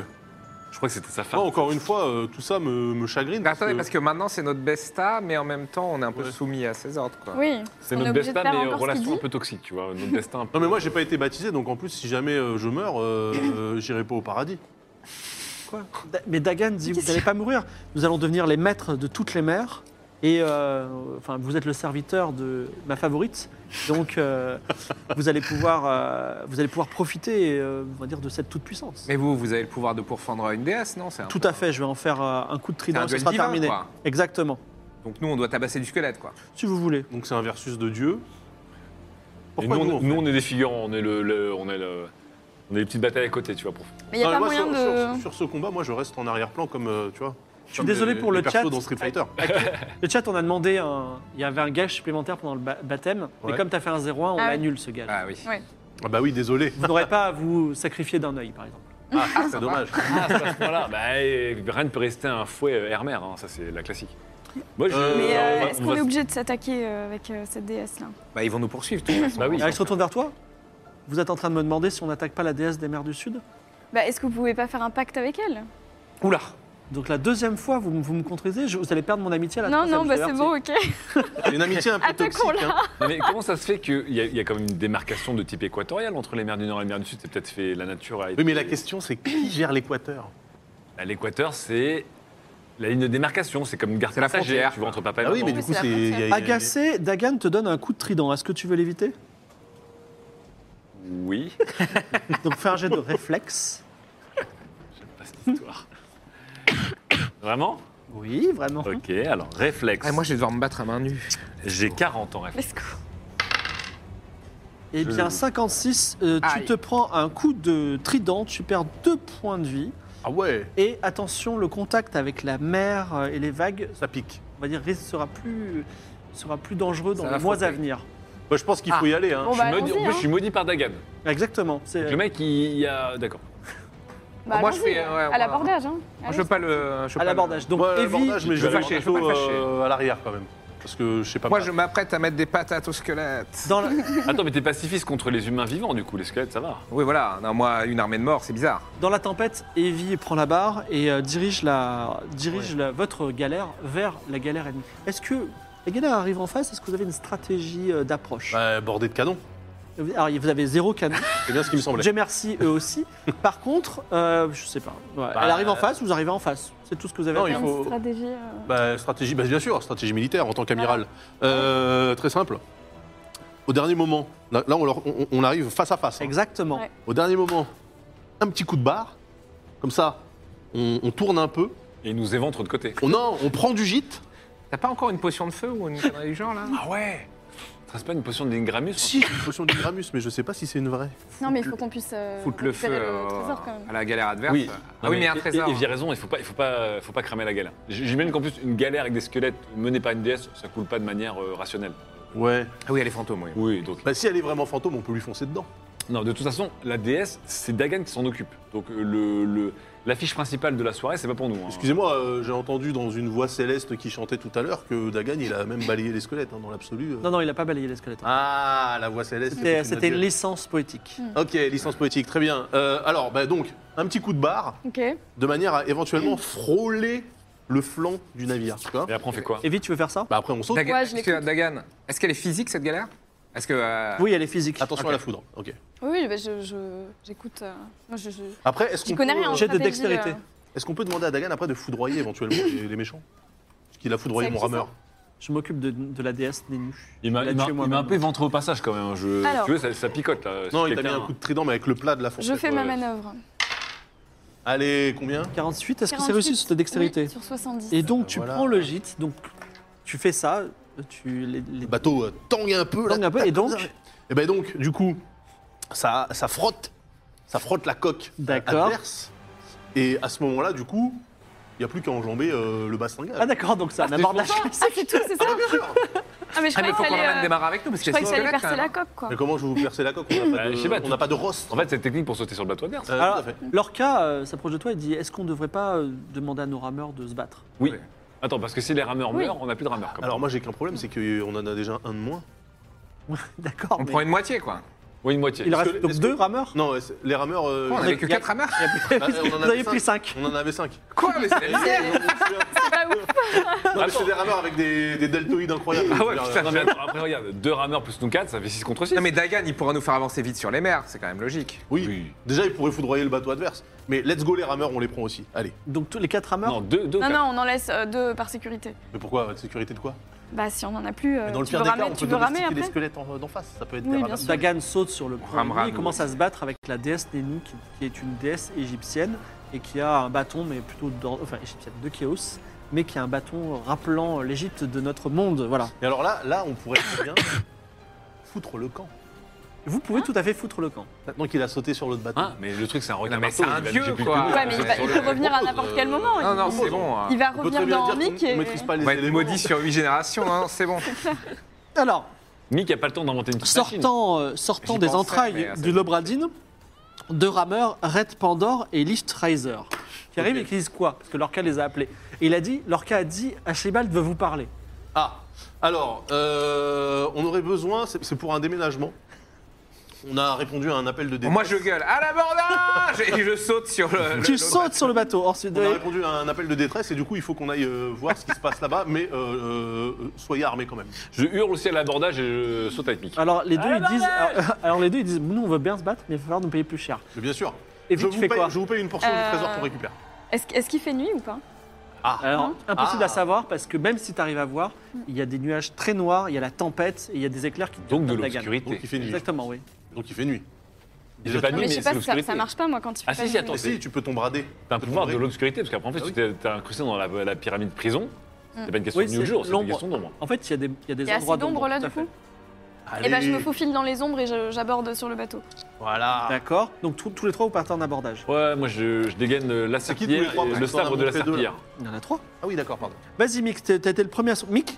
B: Je crois que c'était sa femme.
E: Moi, encore une fois, euh, tout ça me, me chagrine.
C: Mais Bah, attendez, parce que maintenant c'est notre besta, mais en même temps on est un peu soumis à ses ordres. Quoi.
D: Oui.
B: c'est
D: on
B: notre
D: est obligé de
B: destin,
D: faire
B: mais euh,
D: encore ce qu'il
B: relation un
D: dit.
B: peu toxique, tu vois.
D: <laughs>
B: Notre destin un peu.
E: Non, mais moi, j'ai pas été baptisé, donc en plus, si jamais euh, je meurs, euh, euh, j'irai pas au paradis.
A: Quoi Da- Mais Dagan dit Vous n'allez pas mourir. Nous allons devenir les maîtres de toutes les mers. Et euh, enfin, vous êtes le serviteur de ma favorite. Donc, euh, vous, allez pouvoir, euh, vous allez pouvoir profiter euh, on va dire, de cette toute-puissance.
C: Mais vous, vous avez le pouvoir de pourfendre une déesse, non C'est un
A: Tout
C: peu-
A: à fait, je vais en faire euh, un coup de
C: C'est
A: trident,
C: un
A: ce
C: duel
A: sera
C: divin,
A: terminé.
C: quoi.
A: Exactement,
C: Donc nous on doit tabasser du squelette, quoi.
A: si vous voulez.
E: Donc c'est un versus de Dieu.
B: Et
E: Pourquoi
B: nous,
E: nous,
B: on,
E: en fait
B: nous, on est des figurants, on est le, le- on est le- on est les petites batailles à côté, tu vois. Pour...
D: Mais il n'y a
E: Non, mais
D: pas
E: moi,
D: moyen
E: sur,
D: de.
E: sur- sur ce combat, moi, je reste en arrière-plan comme, euh, tu vois,
A: Je suis désolé pour le chat.
E: perso dans Street Fighter.
A: Le chat, on a demandé un. Il y avait un gage supplémentaire pendant le ba- baptême. Mais
E: Ouais.
A: comme tu as fait un 0-1, on
D: Ah oui.
A: annule ce gage.
C: Ah oui.
E: Ah bah oui, désolé.
A: Vous n'aurez pas à vous sacrifier d'un œil, par exemple.
E: Ah, c'est dommage.
B: Ah, c'est à ce point-là. Bah, eh, rien ne peut rester un fouet euh, Hermer, hein, ça c'est la classique. Moi, je-
E: Euh,
D: Mais
B: on
D: euh,
B: va-
D: est-ce
B: on
D: qu'on
B: va-
D: est obligé de s'attaquer euh, avec euh, cette déesse-là
C: Bah ils vont nous poursuivre. de toute façon.
B: Bah oui.
A: Alex, retourne vers toi. Vous êtes en train de me demander si on n'attaque pas la déesse des mers du Sud
D: bah, Est-ce que vous pouvez pas faire un pacte avec elle
A: Oula Donc la deuxième fois, vous, m- vous me contredisez, je- vous allez perdre mon amitié à la
D: Non,
A: troisième,
D: non,
A: je
D: bah, c'est
A: t'avertis.
D: bon, ok.
E: Une amitié un peu toxique.
D: Attaquons-la.
E: hein.
B: Non, mais comment ça se fait qu'il y, a- il y a quand même une démarcation de type équatorial entre les mers du Nord et les mers du Sud C'est peut-être fait la nature. A été-
E: Oui, mais la question, c'est qui gère l'équateur
B: À l'équateur, c'est la ligne de démarcation, c'est comme une garde
C: C'est la
B: passagère,
C: frontière,
B: Tu vois
C: quoi.
B: entre papa et
E: Ah oui,
B: maman.
E: mais du
D: Oui,
E: coup,
D: c'est la
E: c'est...
D: frontière.
E: y a- y a-
A: Agacé, Dagan te donne un coup de trident. Est-ce que tu veux l'éviter
B: Oui.
A: Donc fais un
C: <laughs>
A: jet de réflexe.
B: Pas cette histoire. <coughs> Vraiment
A: Oui, vraiment.
B: Ok, alors réflexe.
C: Ah, moi je vais devoir me battre à main nue.
B: J'ai 40 ans réflexe.
D: Let's go.
A: Eh bien, 56, euh, tu
C: Aïe.
A: te prends un coup de trident, tu perds deux points de vie.
E: Ah ouais,
A: Et attention, le contact avec la mer euh, et les vagues,
E: ça pique.
A: on va dire, risque- sera plus, sera plus dangereux dans
C: Ça
A: les
C: va
A: mois
C: frotter.
A: à venir.
E: Bah, je pense qu'il faut y aller. Hein.
D: Bon, bah,
B: Je me dis- en
D: allons-y.
B: plus, je suis
D: hein.
B: maudit par Dagan.
A: Exactement. c'est- euh,
B: Le mec, il, y a. D'accord.
D: Bah,
C: Moi, je
D: allons-y,
C: fais,
D: hein.
C: ouais,
D: À
C: voilà.
D: l'abordage, hein.
C: Je
D: Allez.
C: veux pas le. je
A: à
C: veux pas
A: l'abordage. Donc,
E: Moi,
A: Evie,
E: l'abordage, mais
C: je
E: je
C: vais
E: vais
C: le fâcher,
E: fâcher,
C: je vais
E: plutôt
C: le fâcher.
E: euh, à l'arrière quand même. Parce que je sais
C: le-
E: pas. bah,
C: Moi
E: pas-
C: je m'apprête à mettre des patates au squelette.
A: dans la-
B: Attends, mais t'es pacifiste contre les humains vivants, du coup, les squelettes, ça va.
C: Oui voilà, non, moi une armée de morts, c'est bizarre.
A: Dans la tempête, Evie prend la barre et euh, dirige, la, dirige la- votre galère vers la galère ennemie. Est-ce que la galère arrive en face Est-ce que vous avez une stratégie euh, d'approche
E: Bah, bordé de canon.
A: Alors, vous avez zéro canon.
E: C'est bien ce qui me semblait.
A: J'ai merci eux
E: <laughs>
A: aussi. Par contre, euh, je sais pas. Ouais,
E: Bah,
A: elle arrive en face, vous arrivez en face. C'est tout ce que vous avez.
E: Non,
A: à
E: il
D: Il y a
A: faire.
D: une
E: faut-
D: stratégie. euh,
E: Bah, stratégie, bah, bien sûr, stratégie militaire en tant qu'amiral. Euh, très simple. Au dernier moment, là, là, on, leur- on- on arrive face à face. hein.
A: Exactement.
D: Ouais.
E: Au dernier moment, un petit coup de barre. Comme ça, on, on tourne un peu.
B: Et il nous éventre de côté.
E: On, non, on prend du gîte.
C: T'as pas encore une potion de feu ou une connerie du genre là
B: Ah ouais Ça reste pas une potion d'Ingramus
E: Si, une potion de Gramus, mais je sais pas si c'est une vraie.
D: Non, mais il faut qu'on puisse. euh,
C: Foutre le feu
D: récupérer
C: euh,
D: trésor quand même.
C: à la galère adverse.
B: Oui.
C: Ah oui, mais un
B: et-
C: trésor.
B: Et, et j'ai raison, il faut pas, il faut pas, euh, faut pas cramer la galère. J- J'imagine qu'en plus, une galère avec des squelettes menée par une déesse, ça coule pas de manière euh, rationnelle.
E: Ouais.
C: Ah oui, elle est fantôme, oui.
B: Oui, donc.
E: Bah, si elle est vraiment fantôme, on peut lui foncer dedans.
B: Non, de toute façon, la déesse, c'est Dagan qui s'en occupe. Donc euh, le, le- l'affiche principale de la soirée, c'est pas pour nous. hein.
E: Excusez-moi, euh, j'ai entendu dans une voix céleste qui chantait tout à l'heure que Dagan, il a même balayé les squelettes, hein, dans l'absolu. euh.
A: Non, non, il a pas balayé les squelettes.
E: Ah, la voix céleste. c'est
A: C'était
E: une
A: c'était une
E: autre-
A: licence poétique.
E: Ok, licence poétique, très bien. Euh, alors, bah, donc, un petit coup de barre,
D: Ok.
E: de manière à éventuellement frôler le flanc du navire. tu vois.
B: Et après, on fait quoi
D: Mm.
A: Evie, tu veux faire ça
E: Bah, après, on saute.
C: Dagan,
D: Ouais, je
C: est-ce que-
D: l'écoute.
C: Dagan, est-ce qu'elle est physique cette galère Est-ce que. euh,
A: Oui, elle est physique.
E: Attention
C: Ok.
E: à la foudre. Ok.
D: Oui, oui, bah, je- je- j'écoute. euh, Moi, je. je-
E: Après, est-ce
D: J'y
E: qu'on
D: connais
E: peut,
D: rien. en
A: Jet de
D: stratégie,
A: dextérité.
D: euh,
E: est-ce qu'on peut demander à Dagan après de foudroyer
D: <laughs>
E: éventuellement les, les méchants Parce qu'il a foudroyé
D: C'est
E: mon
D: qui, ça
E: rameur.
A: Je m'occupe de, de la déesse Nénu.
B: Il m'a,
A: Je l'ai
B: il m'a-
A: tuée
B: il
A: moi-même.
B: m'a un peu éventré au passage quand même. hein, Je,
D: Alors.
B: tu veux, ça, ça picote là. si
E: Non, il t'a mis
B: quelqu'un-
E: un coup de trident, mais avec le plat de la fourchette.
D: Je fais ma
E: ouais.
D: manœuvre.
E: Allez, combien
A: 48, est-ce que c'est
D: 48,
A: réussi sur ta dextérité
D: oui, Sur 70.
A: Et donc,
E: bah
A: tu
E: voilà.
A: prends le gîte, donc tu fais ça, tu les, les
E: Le bateau euh, tangue un peu. là.
A: langues un peu, et donc,
E: Et ben donc, du coup, ça, ça frotte. Ça frotte la coque
A: D'accord.
E: adverse. Et à ce moment-là, du coup, il n'y a plus qu'à enjamber euh, le bastingage.
A: ah d'accord, donc c'est un abordage.
D: Ah, c'est tout, c'est ça Ah, mais je
C: Ah,
D: croyais
C: mais il faut
D: que
C: qu'on emmène
D: fallait,
C: des
D: euh,
C: marins avec nous parce
D: je
C: qu'il y a
D: croyais
C: des
D: qu'il fallait
C: squelettes quand
D: percer la
C: même.
D: coque, quoi.
E: Mais comment je vais vous percer la coque On n'a pas,
B: Bah,
E: de-
B: je sais pas,
E: on
B: tu-
E: n'a pas de rost.
B: En fait, cette technique pour sauter sur le bateau adverse.
E: Euh,
A: Alors-
E: tout à fait.
A: Lorca euh, s'approche de toi et dit Est-ce qu'on ne devrait pas euh, demander à nos rameurs de se battre <laughs>
B: Oui.
C: Ouais.
B: Attends, parce que si les rameurs
D: Oui.
B: meurent, on n'a plus de rameurs. comme
E: Alors moi, j'ai qu'un problème, c'est qu'on en a déjà un de moins.
A: D'accord.
C: On
A: mais
C: prend une moitié quoi.
B: ça. Oui, une moitié.
A: Il
E: Est-ce
A: reste
E: que-
A: donc
E: est-ce
A: deux rameurs
E: Non, c'est- les rameurs, euh,
C: On avait que
A: il y a-
C: 4 rameurs.
E: bah, on en
A: Oh, Vous
E: avait
A: avez pris cinq.
E: on en avait cinq.
C: Quoi
D: <laughs>
C: Mais c'est la misère
D: C'est pas ouf.
E: Non, mais c'est des rameurs avec des, des deltoïdes incroyables.
C: Ah ouais,
E: Je veux dire,
C: putain.
B: Non, mais attends, après, regarde, deux rameurs plus nous quatre, ça fait 6 contre 6.
C: Non mais Dagan il pourra nous faire avancer vite sur les mers, c'est quand même logique.
E: oui.
B: Oui.
E: Déjà, ils pourraient foudroyer le bateau adverse. Mais let's go, les rameurs, on les prend aussi. Allez.
A: Donc tous les quatre rameurs
B: Non, deux, deux.
D: Non,
B: quatre.
D: non, on en laisse euh, deux par sécurité.
E: Mais pourquoi Sécurité de quoi
D: Bah, si on en a plus, euh,
E: Mais Dans le
D: tu veux
E: pire des cas,
D: ramer,
E: on
D: tu
E: peut
D: veux ramer
E: domestiquer les
D: après
E: squelettes en- d'en face. Ça peut être
D: Oui,
E: des
D: bien
E: rameurs.
D: sûr.
A: Dagan saute sur le premier
C: ramera,
A: et
C: nous,
A: commence
C: oui.
A: à se battre avec la déesse Nenu, qui, qui est une déesse égyptienne et qui a un bâton, mais plutôt dans- enfin, égyptienne de Chaos, mais qui a un bâton rappelant l'Égypte de notre monde. Voilà.
E: Et alors là, là, on pourrait très bien <coughs> foutre le camp.
A: Vous pouvez tout à fait foutre le camp.
E: Maintenant qu'il a sauté sur l'autre bateau.
B: Hein, mais le truc, c'est un requin
C: Non, mais
B: marteau,
C: c'est un
B: il va
C: dieu,
B: bouger plus
C: quoi.
B: que nous.
D: Ouais, mais il, va- il peut revenir à n'importe quel moment.
C: Non
D: Oh, il-
C: non c'est bon.
D: Il
C: hein.
D: va
E: On peut très
D: revenir
E: bien
D: dans
E: dire qu'on-
D: Mick et...
E: On maîtrise pas
C: On
E: les
C: va être
E: éléments.
C: maudit sur 8 générations, hein, c'est bon.
A: Alors,
B: Mick a pas le temps d'inventer une petite machine.
A: sortant, euh, sortant
C: J'y
A: des
C: pensais, mais,
A: entrailles
C: euh,
A: du
C: c'est-
A: Lobradine, deux rameurs, Red Pandore et Lift Riser, qui arrivent
E: Ok.
A: et qui disent quoi Parce que Lorca les a appelés. Et il a dit, Lorca a dit, Archibald veut vous parler.
E: Ah, alors, euh, on aurait besoin, c'est c'est pour un déménagement. On a répondu à un appel de détresse.
C: Moi je gueule à l'abordage et je saute sur le. le-
A: tu
C: le-
A: sautes sur le bateau. Ensuite,
E: On a répondu à un appel de détresse et du coup, il faut qu'on aille euh, voir ce qui se passe là-bas, mais euh, euh, soyez armés quand même.
B: Je hurle aussi à l'abordage et je saute avec Mick.
A: Alors les deux, ils disent, alors, <laughs> alors, les deux ils disent, nous on veut bien se battre, mais il va falloir nous payer plus cher.
E: Mais bien sûr.
A: Et
E: je,
A: puis tu
E: vous
A: fais
E: paye,
A: quoi
E: je vous paye une portion
D: Euh,
E: du trésor qu'on récupère.
D: Est-ce est-ce qu'il fait nuit ou pas Hein
A: Alors impossible
E: Ah.
A: à savoir parce que même si tu arrives à voir, il y a des nuages très noirs, il y a la tempête et il y a des éclairs qui
B: Donc de
A: tapent la gamme.
E: Donc il
B: l'obscurité.
E: fait nuit.
A: Exactement, oui.
E: Donc il fait nuit.
B: J'ai pas
D: Non,
B: nuit,
D: mais je sais pas,
B: c'est
D: si ça,
B: l'obscurité.
D: ça marche pas moi quand il fait
B: Ah,
D: pas
B: si, si,
D: nuit.
B: attends,
E: Mais si, tu peux t'en brader.
B: T'as un pouvoir de
E: T'en brader.
B: l'obscurité, parce qu'après, en fait,
E: Ah
B: si t'es t'es incrusté dans la, la pyramide prison, c'est pas une question
A: Oui,
B: de nuit ou de
A: c'est
B: jour, c'est
A: l'ombre.
B: une question d'ombre.
A: En fait, il y a des, il y a des
D: Il y a assez
A: endroits
D: d'ombre
A: d'ombre,
D: là
A: tout
D: du
A: à fait.
D: coup Et bah je me
E: Allez.
D: faufile dans les ombres et je- j'aborde sur le bateau.
E: Voilà.
A: D'accord. Donc tous tous les trois vous partez en abordage.
B: Ouais, moi je, je dégaine euh, la
E: C'est qui tous les
B: serpillière
E: trois,
B: et
E: parce
B: le
E: que t'en as
B: sabre de la
E: montré deux, là.
B: serpillière.
A: Il y en a trois.
E: Ah oui, d'accord, pardon.
A: Vas-y Mick, t'as t'as été le premier à son... Mick,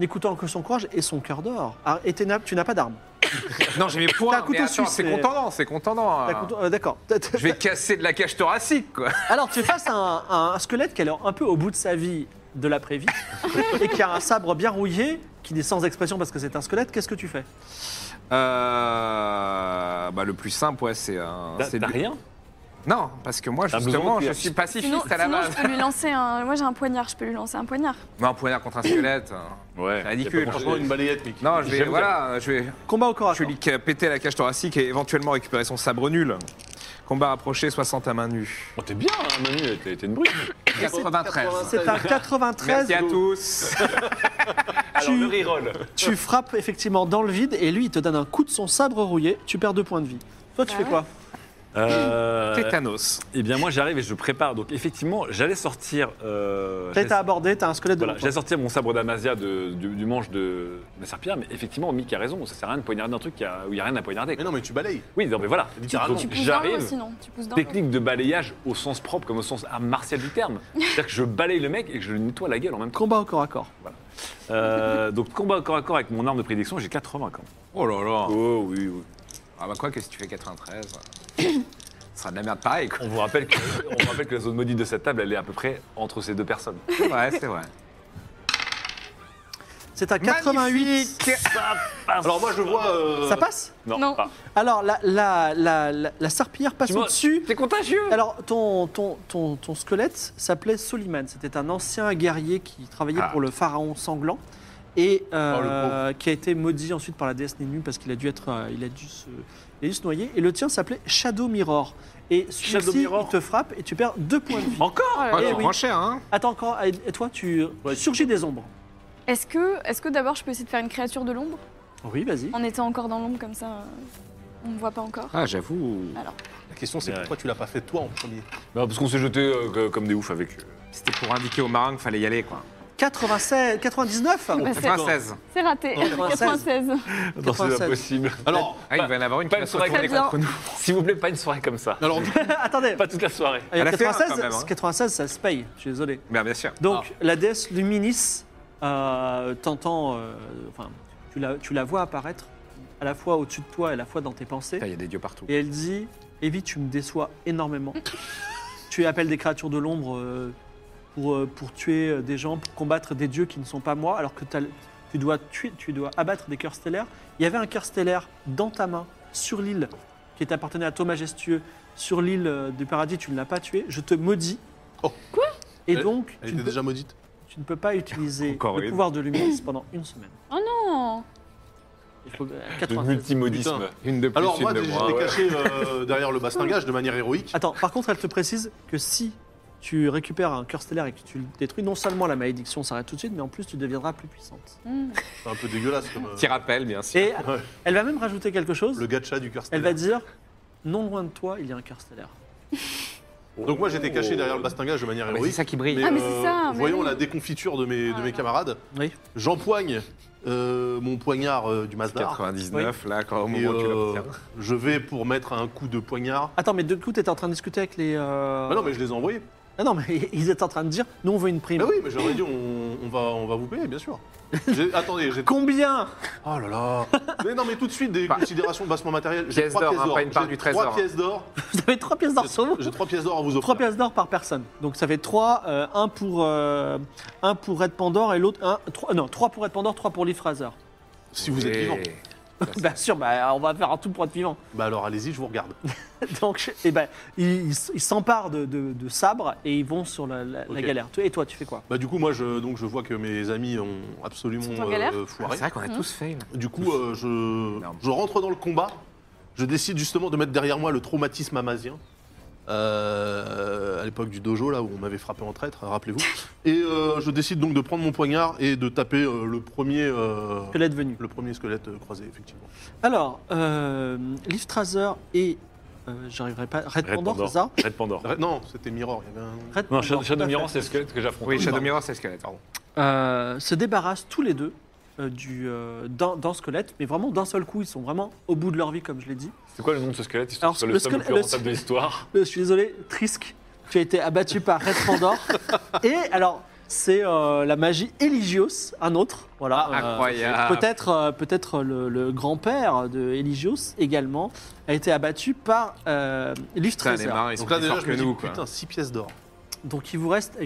A: n'écoutant que son courage et son cœur d'or. Ah, Et t'es na- tu n'as pas d'arme.
C: Non j'ai mes
A: T'as
C: points.
A: un couteau
C: mais attends,
A: suisse,
C: C'est
A: mais-
C: contendant, c'est contendant.
A: T'as
C: hein.
A: couteau- euh, D'accord. T'as- t'as-
C: Je vais casser de la cage thoracique quoi.
A: Alors, tu es face à un, à un squelette qui est un peu au bout de sa vie de l'après-vie et qui a un sabre bien rouillé qui n'est sans expression parce que c'est un squelette. Qu'est-ce que tu fais
C: Euh, bah, le plus simple, ouais, c'est un.
B: T'as
C: Ah, c'est
B: t'as
C: lui-
B: rien
C: Non, parce que moi,
B: T'as besoin de
C: justement, je
B: cuillère.
C: suis pacifiste
D: Sinon,
C: à la
D: sinon,
C: base.
D: je peux lui lancer un. Moi j'ai un poignard, je peux lui lancer un poignard.
C: Mais un poignard contre un squelette. hein.
B: Ouais.
C: C'est ridicule.
E: Franchement, une balayette, mec.
C: Non, je vais,
B: J'avoue,
C: voilà, je vais,
A: Combat au corps à
C: je vais
A: corps.
C: lui ca- péter la cage thoracique et éventuellement récupérer son sabre nul. Combat approché, 60 à main nue.
B: Oh, t'es bien, hein, Manu, t'es t'es une brute.
C: 93.
A: C'est un 93.
C: Merci à tous.
B: Alors, le reroll.
A: Tu frappes effectivement dans le vide et lui, il te donne un coup de son sabre rouillé. Tu perds deux points de vie. Toi, tu
D: Ah
A: fais
D: ouais.
A: quoi
B: Euh,
C: Tétanos.
B: Eh bien, moi, j'arrive et je prépare. Donc, effectivement, j'allais sortir. euh,
A: T'as été
B: j'allais-
A: abordé, t'as un squelette
B: Voilà,
A: devant toi.
B: j'allais sortir mon sabre d'Amazia de- du, du manche de ma serpillère, mais effectivement, Mick a raison. Ça sert à rien de poignarder un truc qui a- où il n'y a rien à poignarder.
E: Mais non, mais tu balayes.
B: Oui, non, mais voilà.
E: Littéralement.
B: Donc,
D: Tu pousses dans l'eau
B: j'arrive.
D: sinon. Tu pousses dans l'eau.
B: Technique de balayage au sens propre comme au sens art martial du terme. C'est-à-dire que je balaye le mec et que je lui nettoie la gueule en même temps.
A: Combat au corps à corps.
B: Euh, donc combat au corps à corps avec mon arme de prédilection, j'ai 80 quand même.
C: Oh là là.
B: Oh oui, oui.
C: Ah bah quoi, qu'est-ce que tu fais 93 Ce sera de la merde
D: <laughs>
C: pareil, quoi.
B: On vous rappelle que, on vous rappelle que la zone maudite de cette table, elle est à peu près entre ces deux <laughs> personnes.
C: Ouais, c'est vrai.
A: C'est un 88.
C: Magnifique.
E: Alors moi, je vois. euh,
A: Ça passe
B: Non,
D: Non.
B: pas.
A: Alors, la, la, la, la, la serpillière passe
B: Tu vois-
A: au-dessus.
B: T'es contagieux
A: Alors, ton, ton, ton, ton squelette s'appelait Soliman. C'était un ancien guerrier qui travaillait
C: Ah.
A: pour le pharaon sanglant et euh,
E: Oh,
A: qui a été maudit ensuite par la déesse Nénu parce qu'il a dû être, euh, il a dû se, il a dû se noyer. Et le tien s'appelait Shadow Mirror. Et
B: Shadow
A: celui-ci,
B: Mirror.
A: il te frappe et tu perds deux points de vie.
B: Encore
D: Oh là
C: Ah,
D: là.
A: Eh
C: tu
A: oui.
C: prends cher, hein
A: Attends encore, et et toi, tu tu surgis des ombres.
D: Est-ce que, est-ce que d'abord je peux essayer de faire une créature de l'ombre
A: Oui, vas-y.
D: en étant encore dans l'ombre comme ça euh, On me voit pas encore.
J: Ah, j'avoue.
E: La question, c'est
B: Ouais.
E: pourquoi tu l'as pas fait toi en premier
B: Bah, parce qu'on s'est jeté euh, que- comme des oufs avec. eux.
C: C'était pour indiquer aux marins qu'il fallait y aller, quoi.
A: 96, 99
D: Bah, c'est-
C: 96.
D: c'est raté.
A: 96.
D: 96.
B: Non, c'est
A: 96.
B: impossible. Alors,
C: Ah, il va y en avoir une qui
B: Pas
C: va
B: une
C: se
B: soirée
C: retourner
D: comme ça.
C: contre nous.
B: s'il vous plaît, pas une soirée comme ça.
E: Alors, du coup,
A: <laughs> Attendez,
B: Pas toute la soirée.
A: Euh,
C: Elle a fait un,
A: 96,
C: quand même, hein.
A: 96, ça se paye, je suis désolé.
C: Bien, bien sûr.
A: Donc, la déesse Luminis, euh, t'entends, euh, enfin, tu la, tu la vois apparaître à la fois au-dessus de toi et à la fois dans tes pensées.
J: Putain, Il y a des dieux partout.
A: Et elle dit Evie, tu me déçois <laughs> énormément. tu appelles des créatures de l'ombre euh, pour, euh, pour tuer euh, des gens, pour combattre des dieux qui ne sont pas moi, alors que t'as le- tu dois, tuer, tu dois abattre des cœurs stellaires. Il y avait un cœur stellaire dans ta main, sur l'île, qui est appartenait à toi majestueux, sur l'île euh, du paradis, tu ne l'as pas tué. Je te maudis.
E: Oh.
D: Quoi
A: Et
E: Elle-
A: donc,
E: elle
A: tu ne,
E: était
A: peux,
E: déjà maudite.
A: tu ne peux pas utiliser
C: Encore
A: le
C: une.
A: pouvoir de lumière pendant une semaine.
D: Oh non
A: Il faut, euh,
B: Le
A: 96.
B: multimodisme.
J: Une de plus,
E: Alors,
J: une
E: moi,
J: de
E: j'étais
J: moins. ouais.
E: caché euh, derrière le bastingage de manière héroïque.
A: Attends, par contre, elle te précise que si tu récupères un cœur stellaire et que tu le détruis, non seulement la malédiction s'arrête tout de suite, mais en plus tu deviendras plus puissante.
D: Hmm.
E: C'est un peu dégueulasse comme euh,
C: Petit rappel, bien sûr.
A: Et elle va même rajouter quelque chose.
E: le gacha du cœur
A: Elle va
E: stellaire.
A: dire Non loin de toi, il y a un cœur stellaire.
E: Donc, moi, j'étais
B: Oh.
E: caché derrière le bastingage de manière
J: Ah, mais
E: héroïque.
J: c'est ça qui brille.
E: Mais,
D: Ah, mais c'est
E: euh,
D: ça, mais
E: voyons
D: oui. Ah,
E: la déconfiture de mes, de mes camarades.
A: Oui.
E: J'empoigne euh, mon poignard euh, du
B: Ah.
E: Masdar.
C: 99, là, quand au
E: Et,
C: moment où tu l'as
E: euh,
C: pris.
E: je vais pour mettre un coup de poignard.
A: Attends, mais du coup, t'étais en train de discuter avec les. euh,
E: Ah non, mais je les ai envoyés.
A: Ah non, mais <laughs> ils étaient en train de dire Nous, on veut une prime.
E: Ah oui, mais j'aurais dit, on, on va, on va vous payer,
J: <laughs>
E: bien sûr. J'ai- Attendez, j'ai.
A: Combien <laughs>
E: Oh là là Mais non, mais tout de suite, des considérations bassement matérielles. J'ai
J: Pièces
E: trois
J: d'or,
E: pièces
J: hein,
E: d'or.
J: pas une part
E: J'ai
J: du
E: trois
J: trésor. <laughs>
E: pièces d'or.
A: Vous avez 3 pièces d'or sur vous
E: J'ai trois pièces d'or à vous offrir.
A: 3 pièces d'or par personne. Donc ça fait 3, 1 pour, euh, un pour Red Pandore et l'autre. un- trois- Non, 3 pour Red Pandore, 3 pour Lee Fraser.
E: Si vous êtes
J: Et-
E: vivant.
A: <laughs> Bien sûr, bah, on va faire un tout pour être vivant. <laughs>
E: Bah alors allez-y, je vous regarde.
A: Donc, eh ben, ils ils- ils s'emparent de, de- de sabres et ils vont sur la, la- la
E: Ok.
A: galère. Et toi, tu fais quoi
E: Bah du coup, moi, je, donc, je vois que mes amis ont
D: Sont
E: absolument
D: en galère
E: euh,
J: Ah,
E: foiré.
J: C'est vrai qu'on a tous fait. là.
E: Du coup, euh, je,
J: Énorme.
E: je rentre dans le combat. Je décide justement de mettre derrière moi le traumatisme amazien. Euh, à l'époque du dojo, là où on m'avait frappé en traître, rappelez-vous. Et euh, je décide donc de prendre mon poignard et de taper euh, le premier. euh,
A: Squelette venu.
E: le premier squelette euh, croisé, effectivement.
A: Alors, euh, Liv Trazer et. euh, J'arriverai pas. Red, Pandore, c'est ça
B: Red Pandore.
E: Re- Non, c'était Mirror. Il y avait un...
C: Ah,
A: Red
B: Non,
A: Pandore,
B: Shadow,
A: tout
B: Shadow
A: à fait.
B: Mirror, c'est le squelette que j'affronte.
C: Oui, Shadow Mirror, c'est Squelette, pardon.
A: Euh, se débarrassent tous les deux euh, du, euh, d'un d'un squelette, mais vraiment d'un seul coup, ils sont vraiment au bout de leur vie, comme je l'ai dit.
B: C'est quoi le nom de ce squelette
A: Alors,
B: Histoire que ce soit
A: le
B: le somme le
A: squelette-
B: plus
A: le-
B: rentable de l'histoire.
A: Euh, je suis désolé, Trisk, tu as été abattu par Red
C: <laughs>
A: Pandore. et alors, c'est euh, la magie Eligios, un autre. Voilà. euh,
C: Ah, Incroyable.
A: Peut-être euh, peut-être le, le grand-père de Eligios également a été abattu par euh, Liv
C: Putain, les
A: Traiser.
C: marins, ils sont
E: Donc là,
C: plus
E: déjà,
C: forts
E: je
C: que
E: me dis,
C: nous, quoi.
E: putain, 6 pièces d'or.
A: Donc il vous reste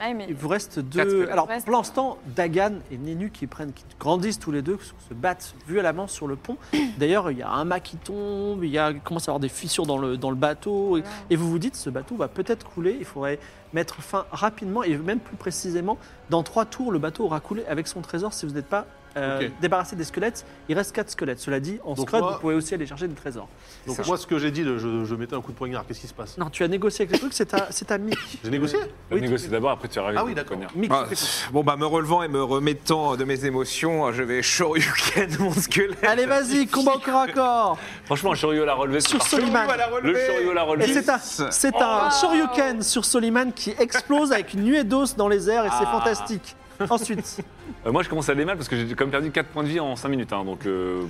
D: Ah,
A: il
D: mais
A: vous reste
C: Quatre
A: deux
C: squelettes.
A: alors
D: Reste.
A: pour l'instant Dagan et Nenu qui prennent qui grandissent tous les deux se battent violemment sur le pont. D'ailleurs, il y a un mât qui tombe, il y a il commence à y avoir des fissures dans le dans le bateau et,
D: Voilà.
A: et vous vous dites ce bateau va peut-être couler, il faudrait mettre fin rapidement et même plus précisément dans trois tours le bateau aura coulé avec son trésor si vous n'êtes pas euh,
E: Ok.
A: débarrassé des squelettes, il reste quatre squelettes. Cela dit, en
E: Donc
A: scrod,
E: moi-
A: vous pouvez aussi aller chercher des trésors.
E: Donc
C: Ça.
E: moi, ce que j'ai dit, le- je, je mettais un coup de poignard. Qu'est-ce qui se passe
A: Non, tu as négocié avec le truc, c'est ta, c'est ta Mick.
E: J'ai négocié
B: On
A: Oui,
B: négocie d'abord, après tu arrives.
E: Ah oui, d'accord.
A: <laughs> Mick,
C: Ah,
A: tu fais quoi
C: bon bah me relevant et me remettant de mes émotions, je vais shoryuken mon squelette.
A: Allez,
J: bah,
A: vas-y, combat au corps à corps
B: Franchement, un chariot l'a relevé. c'est
A: sur
B: parfait.
A: Soliman.
B: Le chariot l'a
A: Et
B: relevé.
A: c'est un, c'est un
D: Oh.
A: Shoryuken sur Soliman qui explose avec une nuée d'os dans les airs et c'est fantastique. Ensuite,
B: Euh, moi, je commence à aller mal parce que j'ai quand même perdu 4 points de vie en 5 minutes. hein, donc, euh,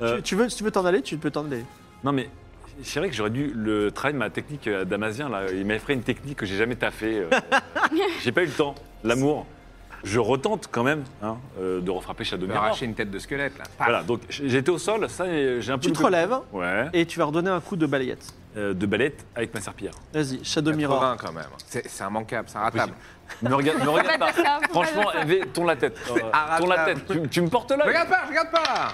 B: euh,
A: tu, tu veux, si tu veux t'en aller, tu peux t'en aller.
B: non, mais c'est vrai que j'aurais dû le travail de ma technique euh, d'Amazien. Là, il m'a effrayé une technique que j'ai jamais taffée. euh, j'ai pas eu le temps. L'amour. Je retente quand même hein, euh, de refrapper Shadow
C: Je vais
B: Mirror.
C: arracher une tête de squelette là. Paf.
B: Voilà, donc j'étais au sol, ça, et euh, j'ai un peu.
A: Tu te
B: loupé.
A: relèves
B: Ouais.
A: et tu vas redonner un coup de balayette.
B: Euh, de balette avec ma serpillère.
A: Vas-y, Shadow
C: 80
A: Mirror.
C: quand même. C'est c'est immanquable, c'est ratable.
B: Ne regarde, me regarde pas.
D: Faut pas dire ça, faut pas
B: Franchement,
D: dire ça.
B: Hervé, tourne la tête. Euh,
C: arrachable.
B: tourne la tête. Tu, tu me portes là.
C: Je Regarde pas, je regarde pas.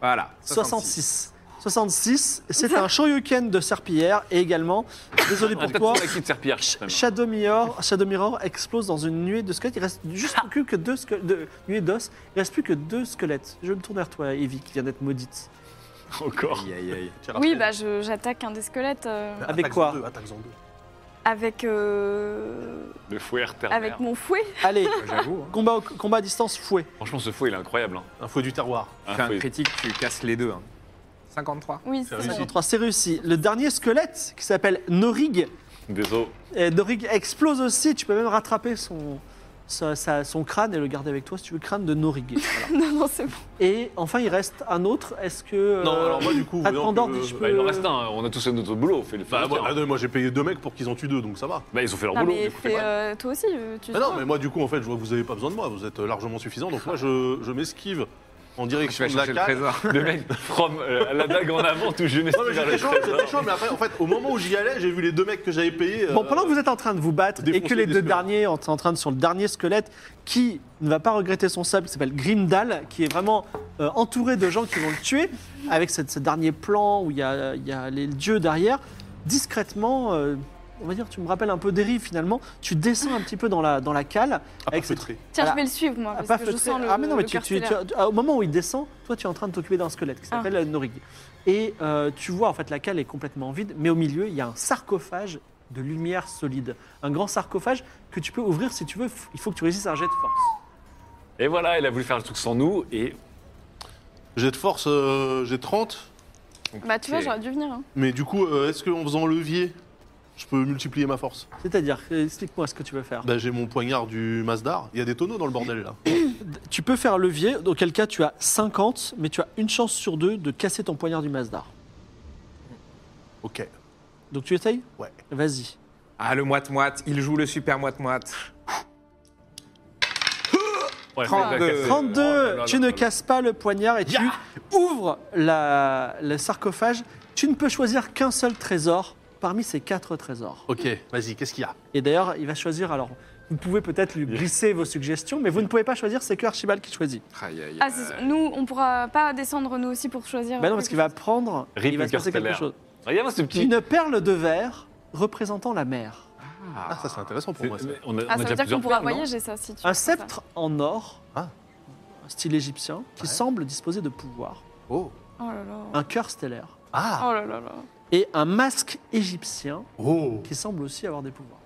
C: Voilà.
A: 66. 66, c'est un Shoryuken de serpillière et également, désolé pour toi,
B: Qui de serpillère
A: Shadow Mirror, Shadow Mirror explose dans une nuée de squelettes. Il reste juste plus que deux squelettes, nuée d'os. Il reste plus que deux squelettes. Je me tourne vers toi, Evie, qui vient d'être maudite.
B: Encore.
D: Oui, bah je- j'attaque un des squelettes euh,
A: Avec quoi
D: avec euh,
B: Le fouet terre.
D: avec mon fouet.
A: Allez,
C: J'avoue. hein.
A: combat, au- combat à distance fouet.
B: Franchement, ce fouet, il est incroyable. hein.
E: Un fouet du terroir.
B: Un
C: Fais un
B: fouet.
C: critique, tu casses les deux. hein. 53.
D: Oui,
E: C'est
D: c'est
E: réussi.
D: bon.
A: 53, c'est réussi. Le dernier squelette qui s'appelle Norig.
B: Désolé.
A: Et Norig explose aussi. Tu peux même rattraper son, sa- sa- son crâne et le garder avec toi si tu veux. Crâne de Norig. Voilà.
D: <laughs> Non, non, c'est bon.
A: Et enfin, il reste un autre. Est-ce que.
E: Non,
A: euh,
E: alors moi, du coup,
A: Attends,
E: voyant
A: Dordi,
E: que-
A: je peux-
B: Bah, il en reste un, on a tous fait notre boulot. Fais le fais
E: Bah,
B: le
E: moi,
B: tien.
E: attendez, moi, j'ai payé deux mecs pour qu'ils en tuent deux, donc ça va.
B: Bah, ils ont fait leur
D: Non,
B: boulot.
D: mais
B: du coup,
D: fais,
B: c'est pas-
D: euh, toi aussi, euh, tu
E: Ah non, mais moi, du coup, en fait, je vois que vous avez pas besoin de moi, vous êtes euh, largement suffisant, donc moi, je, je m'esquive en
C: Je
E: direction
C: vais
E: de la
C: chercher le
E: cale.
B: <laughs>
C: trésor.
B: Le mec, from euh, la dague en avant, tout je
E: Non, mais
B: m'esquive vers
E: j'étais
B: le
E: chaud, j'étais
B: trésor.
E: chaud, mais après, en fait, au moment où j'y allais, j'ai vu les deux mecs que j'avais payés. euh,
A: Bon, pendant que vous êtes en train de vous battre et
E: défoncer
A: que les
E: des
A: deux
E: squelettes.
A: derniers sont en train de sur le dernier squelette qui ne va pas regretter son sable, qui s'appelle Grimdal, qui est vraiment euh, entouré de gens qui vont le tuer, avec cette- ce dernier plan où il y a, il y a les dieux derrière, discrètement, euh, on va dire, tu me rappelles un peu d'Eri finalement, tu descends un petit peu dans la, dans la
E: Ah,
A: cale. avec cette-
E: exfiltré.
D: Tiens,
A: Voilà.
D: je vais le suivre, moi,
A: Ah,
D: parce
A: pas
D: que je
A: feutré.
D: sens le
A: Ah, mais non, mais
D: le
A: tu,
D: cœur
A: tu-
D: qui lâche.
A: tu- au moment où il descend, toi, tu es en train de t'occuper d'un squelette qui
D: Ah.
A: s'appelle euh, Norig. Et euh, tu vois, en fait, la cale est complètement vide, mais au milieu, il y a un sarcophage de lumière solide. Un grand sarcophage que tu peux ouvrir si tu veux. Il faut que tu réussisses un jet de force.
B: Et voilà, il a voulu faire le truc sans nous et
E: J'ai de force, euh, j'ai 30,
D: Bah, tu vois, j'aurais dû venir. hein.
E: mais du coup, euh, est-ce qu'en faisant levier, je peux multiplier ma force
A: C'est-à-dire, euh, explique-moi ce que tu veux faire.
E: Bah, j'ai mon poignard du Masdar. Il y a des tonneaux dans le bordel là.
A: Tu peux faire levier, auquel cas tu as 50, mais tu as une chance sur deux de casser ton poignard du Mazdar.
E: Ok.
A: Donc tu essayes
E: Ouais.
A: Vas-y.
C: Ah, le moite-moite, il joue le super moite-moite.
B: Ouais,
C: 32.
B: le mec a cassé.
A: 32,
B: Oh là là
A: tu
B: là
A: ne
B: là.
A: casses pas le poignard et tu ouvres la, le sarcophage. Tu ne peux choisir qu'un seul trésor parmi ces quatre trésors.
E: Ok, vas-y, qu'est-ce qu'il y a
A: Et d'ailleurs, il va choisir alors. Vous pouvez peut-être lui glisser vos suggestions, mais vous ne pouvez pas choisir, c'est que Archibald qui choisit.
C: Aïe, aïe,
D: Ah, c'est- nous, on pourra pas descendre, nous aussi, pour choisir. euh,
A: Bah non, parce qu'il va prendre,
B: Rip
A: il va se passer quelque
B: Interstellar.
A: chose.
B: Regarde ce petit.
A: Une perle de verre représentant la mer.
E: Ah, ça c'est intéressant pour
B: C'est-
E: moi. Ça.
B: mais On a, on a
D: Ah, ça
B: déjà
D: veut dire
B: plusieurs
D: qu'on pourra
B: plans, non
D: voyager, ça, si tu fais
A: Un
D: ça.
A: sceptre en or,
E: Ah.
A: un style égyptien, qui semble disposer de pouvoir.
E: Oh.
D: Oh là là.
A: Un cœur stellaire.
E: Ah.
D: Oh là là là.
A: Et un masque égyptien
E: Oh.
A: qui semble aussi avoir des pouvoirs.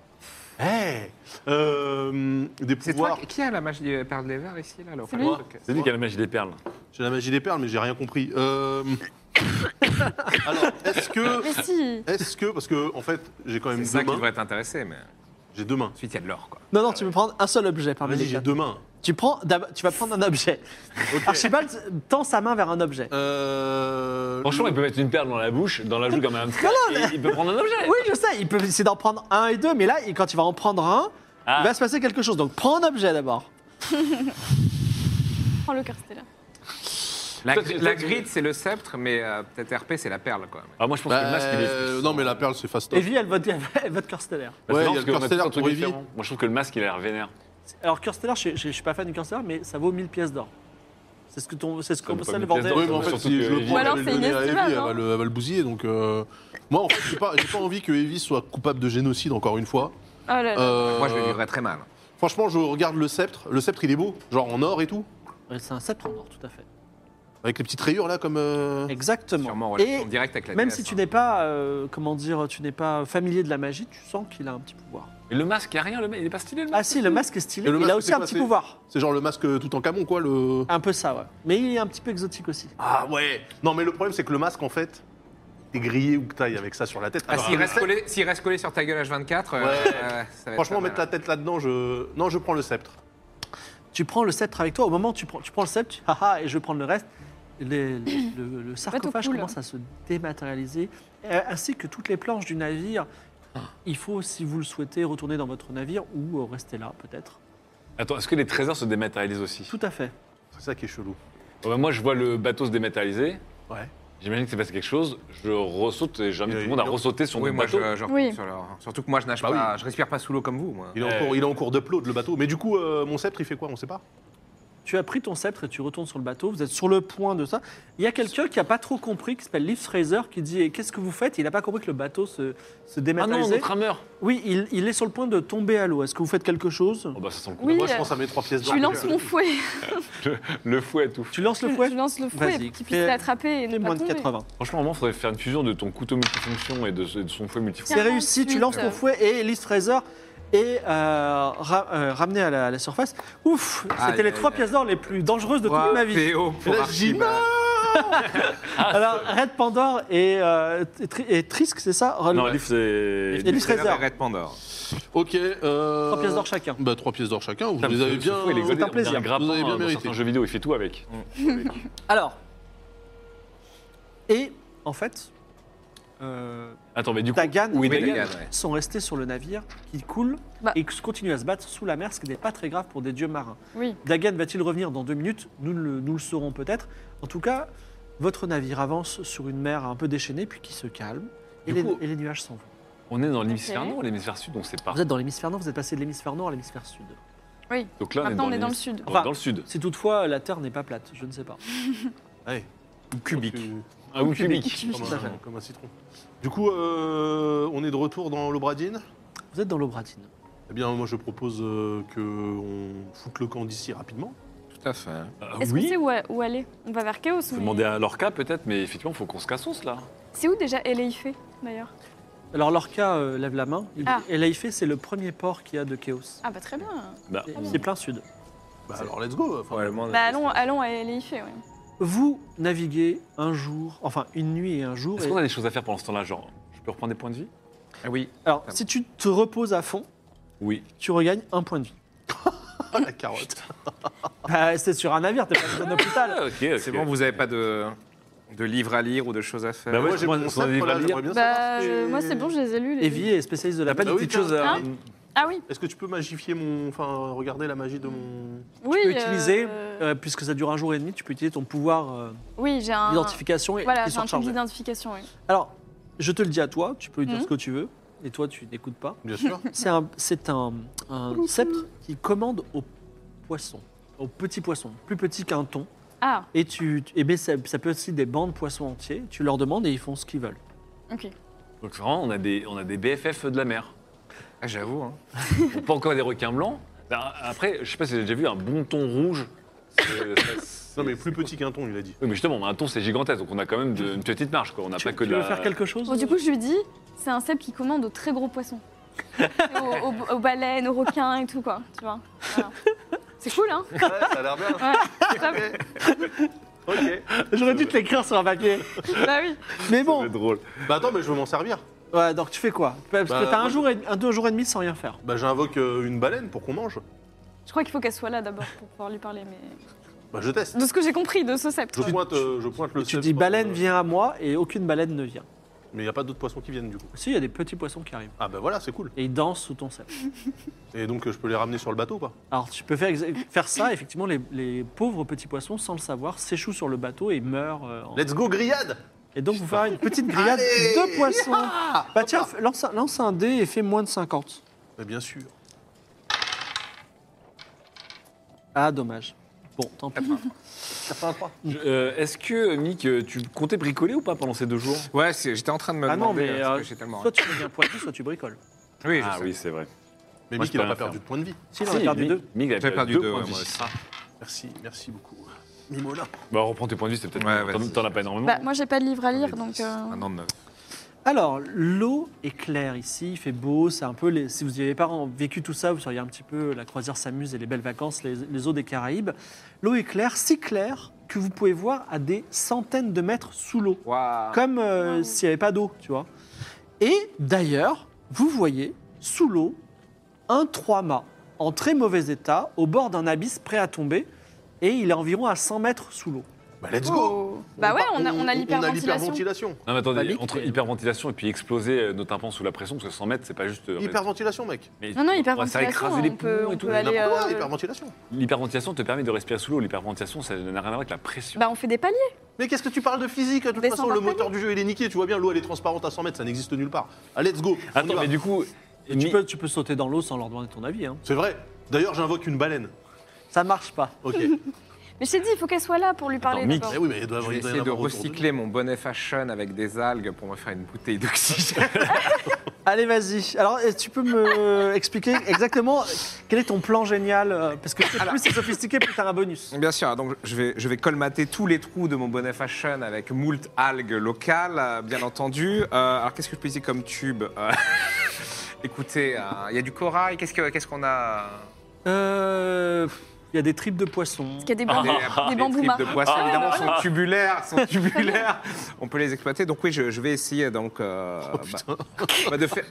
E: Hey. Eh, Euh, des
C: C'est toi
E: pouvoirs.
C: qui- qui a la magie euh, perle des verres ici là, là au
D: C'est
C: fond,
D: lui.
C: le truc
B: hein. C'est lui qui a la magie des perles.
E: J'ai la magie des perles, mais j'ai rien compris. Euh... <coughs> Alors, est-ce que,
D: Mais si
E: est-ce que, parce que en fait, j'ai quand même
C: C'est
E: deux
C: ça qui
E: mains.
C: devrait t'intéresser, mais
E: J'ai deux mains.
C: ensuite il y a de l'or quoi.
A: Non, non, tu peux prendre un seul objet parmi
E: Vas-y,
A: Ah, les
E: j'ai
A: quatre.
E: deux mains.
A: Tu, prends, d'ab- tu vas prendre un <laughs> objet.
E: Ok.
A: Archibald tend sa main vers un objet.
E: Euh...
B: Franchement, il peut mettre une perle dans la bouche, dans la joue comme un hamster, et il peut prendre un objet.
A: Oui, je sais, il peut essayer d'en prendre un et deux, mais là, il- quand il va en prendre un,
B: Ah.
A: il va se passer quelque chose. Donc prends un objet d'abord.
D: Prends le Oh cœur stellaire.
C: La,
B: Toi, tu-
C: la
B: toi, tu-
C: grid c'est le sceptre, mais euh, peut-être RP c'est la perle quoi.
B: Ah, moi, je pense que le masque, il
E: Euh,
B: est.
E: non, mais la perle, c'est fast.
A: Evie, elle vote, elle vote cœur stellaire.
B: Bah, c'est
E: Ouais,
B: marrant
E: il y a
B: parce
E: le
B: qu'on
E: corps
B: tous
E: stellaire
B: un truc
E: pour Evie.
B: différent. Moi, je trouve que le masque, il a l'air vénère.
A: Alors, cœur stellaire, je ne suis pas fan du cœur stellaire, mais ça vaut 1000 pièces d'or. C'est ce que ton, c'est ce
B: Ça vaut
A: qu'on
B: pas
A: ça le
B: 1000 pièces
A: vendait.
B: d'or,
E: Oui, mais en fait,
B: Surtout
E: si
B: que
E: je le
B: Evie-
E: prends,
D: Ou alors,
E: je vais
D: c'est
E: le donner à Evie,
D: inestimable,
E: elle va
D: hein.
E: le, elle va le bousiller. Donc, euh, moi, en fait, j'ai pas, j'ai pas envie que Evie soit coupable de génocide, encore une fois.
D: Oh là là.
E: Euh,
C: Moi je le vivrais très mal.
E: Franchement, je regarde le sceptre. Le sceptre, il est beau, genre en or et tout.
A: Ouais, C'est un sceptre en or, tout à fait.
E: Avec les petites rayures, là, comme... euh,
A: Exactement.
C: Sûrement en
A: Et
C: relation directe avec la
A: même
C: déesse,
A: si tu
C: hein.
A: n'es pas, euh, comment dire, tu n'es pas familier de la magie, tu sens qu'il a un petit pouvoir.
B: Et le masque, il y a rien, le mec, il est pas stylé, le
A: Ah
B: masque.
A: si, le masque est stylé.
E: Et le
A: il a
E: masque,
A: aussi
E: c'est
A: un
E: quoi,
A: petit
E: c'est-
A: pouvoir.
E: C'est genre le masque euh, tout en camon, quoi, le...
A: Un peu ça, ouais. Mais il est un petit peu exotique aussi.
E: Ah ouais Non, mais le problème, c'est que le masque, en fait, t'es grillé ou que t'ailles avec ça sur la tête.
C: Ah,
E: Alors,
C: s'il
E: le
C: reste,
E: sceptre,
C: collé- s'il reste collé sur ta gueule H24, euh,
E: Ouais.
C: euh, <laughs> ça va être
E: Franchement,
C: pas
E: mettre
C: mal.
E: la tête là-dedans, je... Non, je prends le sceptre.
A: Tu prends le sceptre avec toi. Au moment où tu prends, tu prends le sceptre, tu- haha, et je vais prendre le reste. Les- les- le, le sarcophage
D: cool.
A: commence à se dématérialiser, euh, ainsi que toutes les planches du navire. Il faut, si vous le souhaitez, retourner dans votre navire ou euh, rester là, peut-être.
B: Attends, est-ce que les trésors se dématérialisent aussi
A: Tout à fait.
E: C'est ça qui est chelou.
B: Oh, bah, Moi, je vois le bateau se dématérialiser.
E: Ouais.
B: J'imagine que c'est passé quelque chose. Je ressaute et j'invite
E: Il y a
B: tout le monde à
E: une-
B: ressauter sur
C: Oui,
B: mon
C: moi
B: bateau.
C: je, je
D: Oui.
C: retourne sur l'or. Surtout que moi je nage
E: Bah
C: pas, je respire pas sous l'eau comme vous moi.
E: Il est, en
B: Euh.
E: cours, il est en cours d'upload, le bateau. Mais du coup, euh, mon sceptre, il fait quoi On sait pas
A: Tu as pris ton sceptre et tu retournes sur le bateau. Vous êtes sur le point de ça. Il y a quelqu'un qui n'a pas trop compris, qui s'appelle Leif Fraser, qui dit Qu'est-ce que vous faites Il n'a pas compris que le bateau se, se
B: Ah non,
A: dématérialisait.
B: notre rameur
A: oui, il, il est sur le point de tomber à l'eau. Est-ce que vous faites quelque chose
B: Oh bah, ça sent le coup.
D: Oui,
E: Moi, je
D: euh,
E: pense à mes trois pièces d'or.
D: tu lances mon fouet.
B: Le fouet à tout.
A: Tu lances le
D: Tu
A: fouet
D: <laughs> tu lances le fouet
A: Vas-y,
D: pour qu'il
A: fais-
D: puisse l'attraper et
A: Et
D: ne
A: moins
D: pas
A: de
D: tomber.
A: 80.
B: Franchement, à un moment, faudrait faire une fusion de ton couteau multifonction et de, et de son fouet multifonction.
A: C'est réussi, tu lances ton fouet et Elise Fraser est euh, ra- euh, ramenée à la, à la surface. Ouf,
C: Aïe,
A: c'était les
C: aïe,
A: trois
C: aïe.
A: pièces d'or les plus dangereuses de toute ma vie.
C: Théo, pour bah,
E: La
C: Archibald.
A: Alors, Red Pandore et, euh, et Tri- et Trisk, c'est ça
E: Ah,
B: Non, Elif, c'est.
A: Et du
C: Trésor
A: trésor.
C: des Red Pandore.
E: Ok. Euh...
A: Trois pièces d'or chacun.
E: Bah, 3 pièces d'or chacun. Vous
B: Putain,
E: les
B: mais
E: avez
B: ce
E: bien.
B: fou, il
A: C'est un
B: est godé, on dirait
A: plaisir.
B: grappin,
E: Vous avez bien
B: hein, dans
E: mérité.
B: certains jeux vidéo, il fait tout avec.
A: Alors. Et, en fait, euh,
B: Attends, mais du coup.
A: Dagan
B: où est
C: Oui,
B: Dagan
C: Dagan, ouais.
A: sont restés sur le navire qui coule
D: Bah.
A: et qui continuent à se battre sous la mer, ce qui n'est pas très grave pour des dieux marins.
D: Oui.
A: Dagan va-t-il revenir dans deux minutes nous le, nous le saurons peut-être. En tout cas, votre navire avance sur une mer un peu déchaînée, puis qui se calme, et,
B: Du
A: les,
B: coup-
A: et les nuages s'en vont.
B: On est dans l'hémisphère nord ou l'hémisphère sud, on sait pas.
A: Vous êtes dans l'hémisphère nord, vous êtes passé de l'hémisphère nord à l'hémisphère sud.
B: Donc là,
D: Maintenant, on est dans le
B: l'hémisphère-
D: sud.
B: On est
A: Enfin-
B: dans Ah le sud.
A: Si toutefois la Terre n'est pas plate, je ne sais pas.
E: Ouais.
C: Cubique.
B: Ah, ou
A: cubique.
B: cubique.
E: Comme
A: Tout à fait.
E: un, comme un citron. Du coup, euh, on est de retour dans l'Obradine.
A: Vous êtes dans l'Obratine.
E: Eh bien, moi, je propose euh, que on foute le camp d'ici rapidement.
C: Tout à fait.
B: Ah,
D: Est-ce qu'on
B: oui.
D: sait où, où aller On va vers Chaos.
B: Faut
D: mais-
B: demander à Lorca peut-être, mais effectivement, faut qu'on se cassosse là.
D: C'est où déjà Eleifé, E, d'ailleurs
A: Alors Lorca euh, lève la main, il dit,
D: Ah.
A: et Laïfé, c'est le premier port qu'il y a de Chaos.
D: Ah bah très bien.
B: Bah,
A: C'est-
B: on-
A: C'est plein sud.
E: Bah, alors, let's go.
B: <laughs>
E: Enfin,
C: Probablement.
D: Bah allons, allons à Eleifé, oui.
A: Vous naviguez un jour, enfin une nuit et un jour.
B: Est-ce
A: et-
B: qu'on a des choses à faire pendant ce temps-là Genre, je peux reprendre des points de vie
C: Ah oui.
A: Alors si tu te reposes à fond,
B: Oui.
A: tu regagnes un point de vie.
E: ah, la carotte.
A: Bah, c'est sur un navire, t'es pas dans un hôpital. <laughs>
B: Ah, ok, ok.
C: C'est bon, vous n'avez pas de, de livres à lire ou de choses à faire
B: Bah ouais,
E: moi, j'ai
B: moi,
E: mon
B: son avis
E: sceptre, là,
B: valide.
E: j'aimerais bien
D: Bah
E: savoir si-
D: euh, moi c'est bon, je les ai lus. Les
A: Evie est spécialiste de la
E: Bah
A: panique.
E: oui, tiens,
D: à-
E: tiens.
D: Ah oui,
E: Est-ce que tu peux magifier mon. Enfin, regarder la magie de mon.
D: oui.
A: Tu peux utiliser,
D: euh,
A: euh, puisque ça dure un jour et demi, tu peux utiliser ton pouvoir euh,
D: Oui, j'ai un.
A: d'identification et,
D: Voilà,
A: et
D: j'ai un truc
A: surcharger.
D: d'identification, oui.
A: Alors, je te le dis à toi, tu peux lui dire
D: Mhm.
A: ce que tu veux, et toi tu n'écoutes pas.
E: Bien sûr.
A: C'est un, c'est un, un sceptre qui commande aux poissons, aux petits poissons, plus petits qu'un thon.
D: Ah,
A: Et, tu, et ben, ça, ça peut être aussi des bandes de poissons entiers. Tu leur demandes et ils font ce qu'ils veulent.
D: ok.
B: Donc vraiment, on a des, on a des BFF de la mer.
C: Ah, J'avoue. Hein.
B: On pas encore des requins blancs. Bah, après, je sais pas si j'ai déjà vu un bon thon rouge. C'est-
E: <laughs>
B: ça- c'est-
E: <laughs> Non, mais plus petit qu'un ton, il a dit.
B: Oui, mais justement, un thon c'est gigantesque, donc on a quand même de- une petite marge. Quoi. On n'a
A: Tu,
B: Ah, pas que
A: tu
B: de
A: veux
B: la-
A: faire quelque chose
D: Bon, du coup, je lui dis, c'est un cep qui commande aux très gros poissons. aux, aux- aux baleines, aux requins et tout, quoi. Tu vois Voilà. C'est cool, hein
E: Ouais, ça a l'air bien.
D: Top.
E: Ok.
A: <laughs> J'aurais dû te l'écrire sur un
B: <laughs>
A: papier.
D: Bah oui.
A: Mais
B: C'est
A: bon,
B: drôle.
E: Bah, attends, mais je veux m'en servir.
A: ouais, donc tu fais quoi Parce
E: Bah,
A: que t'as un
E: moi,
A: jour, et, un deux jours et demi sans rien faire.
E: Bah, j'invoque euh, une baleine pour qu'on mange.
D: Je crois qu'il faut qu'elle soit là d'abord pour pouvoir lui parler, mais.
E: Bah, je teste.
D: De ce que j'ai compris de ce sceptre.
E: Je pointe, euh, je pointe le
A: Tu
E: sceptre,
A: dis baleine,
E: euh,
A: viens à moi, et aucune baleine ne vient.
E: Mais il n'y a pas d'autres poissons qui viennent du coup.
A: Si, il y a des petits poissons qui arrivent.
E: Ah bah voilà, c'est cool.
A: Et ils dansent sous ton sceptre.
E: Et donc euh, je peux les ramener sur le bateau ou pas
A: Alors tu peux faire, exa- faire ça, effectivement, les, les pauvres petits poissons, sans le savoir, s'échouent sur le bateau et meurent. euh, en-
E: Let's go grillade
A: Et donc vous faire une petite grillade de poissons. Bah tiens, lance, un- lance un dé et fais moins de 50.
E: Bah bien sûr.
A: Ah, dommage. Bon, tant pis.
B: Je- euh, Est-ce que, Mick, euh, tu comptais bricoler ou pas pendant ces deux jours
C: Ouais, c'est- j'étais en train de me
A: Ah non,
C: demander.
A: mais
C: parce que
A: euh,
C: j'ai tellement...
A: soit tu deviens pointu, soit tu bricoles.
C: Oui, je
B: Ah
C: sais.
B: oui, c'est vrai.
E: Mais
B: Moi,
E: Mick,
B: je
E: il
B: peux
E: a
B: rien
E: pas perdu
B: faire.
E: de points de vie.
C: Ah
A: Si, on a perdu deux.
B: Mick a
C: J'ai perdu deux,
B: points de
C: ouais,
B: vie.
C: moi aussi.
E: Merci, merci beaucoup. Mimola.
B: Bah, reprends tes points de vie, c'est peut-être.
C: Ouais, ouais,
B: t'en-
C: c'est-
B: T'en as pas énormément.
D: Bah, moi, j'ai pas de livre à lire,
C: Attendez,
D: donc. euh,
C: Un an de neuf.
A: Alors, l'eau est claire ici, il fait beau, c'est un peu... les- Si vous n'y avez pas en- vécu tout ça, vous seriez un petit peu la croisière s'amuse et les belles vacances, les, les eaux des Caraïbes. L'eau est claire, si claire que vous pouvez voir à des centaines de mètres sous l'eau.
C: Waouh.
A: Comme euh,
D: Wow.
A: s'il n'y avait pas d'eau, tu vois. Et d'ailleurs, vous voyez, sous l'eau, un trois-mâts en très mauvais état, au bord d'un abysse prêt à tomber, et il est environ à 100 mètres sous l'eau.
E: Bah let's go
D: oh. Bah ouais, on a, on a l'hyperventilation.
E: l'hyperventilation.
B: Non, mais
A: Bah,
B: attendez,
A: Mick,
B: entre
A: mais-
B: hyperventilation et puis exploser euh, nos tympans sous la pression, parce que 100 mètres, c'est pas juste. euh,
E: Hyperventilation, mec.
B: mais-
D: Non, non,
B: Ouais, Ça a
D: hyperventilation,
B: écrasé les
D: on peut,
B: poumons
D: on
B: et tout.
D: peut aller.
E: N'importe quoi,
D: euh,
E: hyperventilation.
B: L'hyperventilation te permet de respirer sous l'eau. L'hyperventilation, ça n'a rien à voir avec la pression.
D: Bah, on fait des paliers.
E: Mais qu'est-ce que tu parles de physique De toute
D: Descends
E: façon,
D: par
E: le
D: palier.
E: moteur du jeu, il est niqué. Tu vois bien, l'eau, elle est transparente à 100 mètres, ça n'existe nulle part. Ah, let's
A: Bah,
E: go On y
B: Attends,
E: va.
B: mais du coup.
A: Tu
B: Mick-
A: peux, tu peux sauter dans l'eau sans leur demander ton avis. Hein.
E: C'est vrai. D'ailleurs, j'invoque une baleine.
A: Ça marche pas.
D: <laughs>
E: Ok.
D: Mais je t'ai dit, il faut qu'elle soit là pour lui parler.
B: Attends, Mick.
D: d'abord.
E: Eh oui, mais il doit
C: Je vais
E: il doit y
C: essayer
E: en
C: de
E: avoir autour
C: recycler mon bonnet fashion avec des algues pour me faire une
B: <laughs>
C: bouteille d'oxygène.
A: Allez, vas-y. Alors, est-ce que tu peux <laughs> me expliquer exactement quel est ton plan génial euh, Parce que plus c'est sophistiqué, plus t'as un bonus.
C: Bien sûr, donc je vais, je vais colmater tous les trous de mon bonnet fashion avec moult algues locales, euh, bien entendu. Euh, alors qu'est-ce que je peux utiliser comme tube Euh, <laughs> Écoutez, euh, il y a du corail, qu'est-ce que- qu'est-ce qu'on a
A: Euh, Il y a des tripes de poisson.
D: Parce qu'il y a des
B: Ah,
D: bambous,
C: ah,
D: des
C: les
D: bambous
C: tripes
D: marins.
C: de poisson,
D: Ah,
C: évidemment,
D: ouais,
C: sont tubulaires, sont tubulaires. On peut les exploiter. Donc oui, je, je vais essayer donc euh,
E: Oh,
C: bah, <laughs> bah, de faire.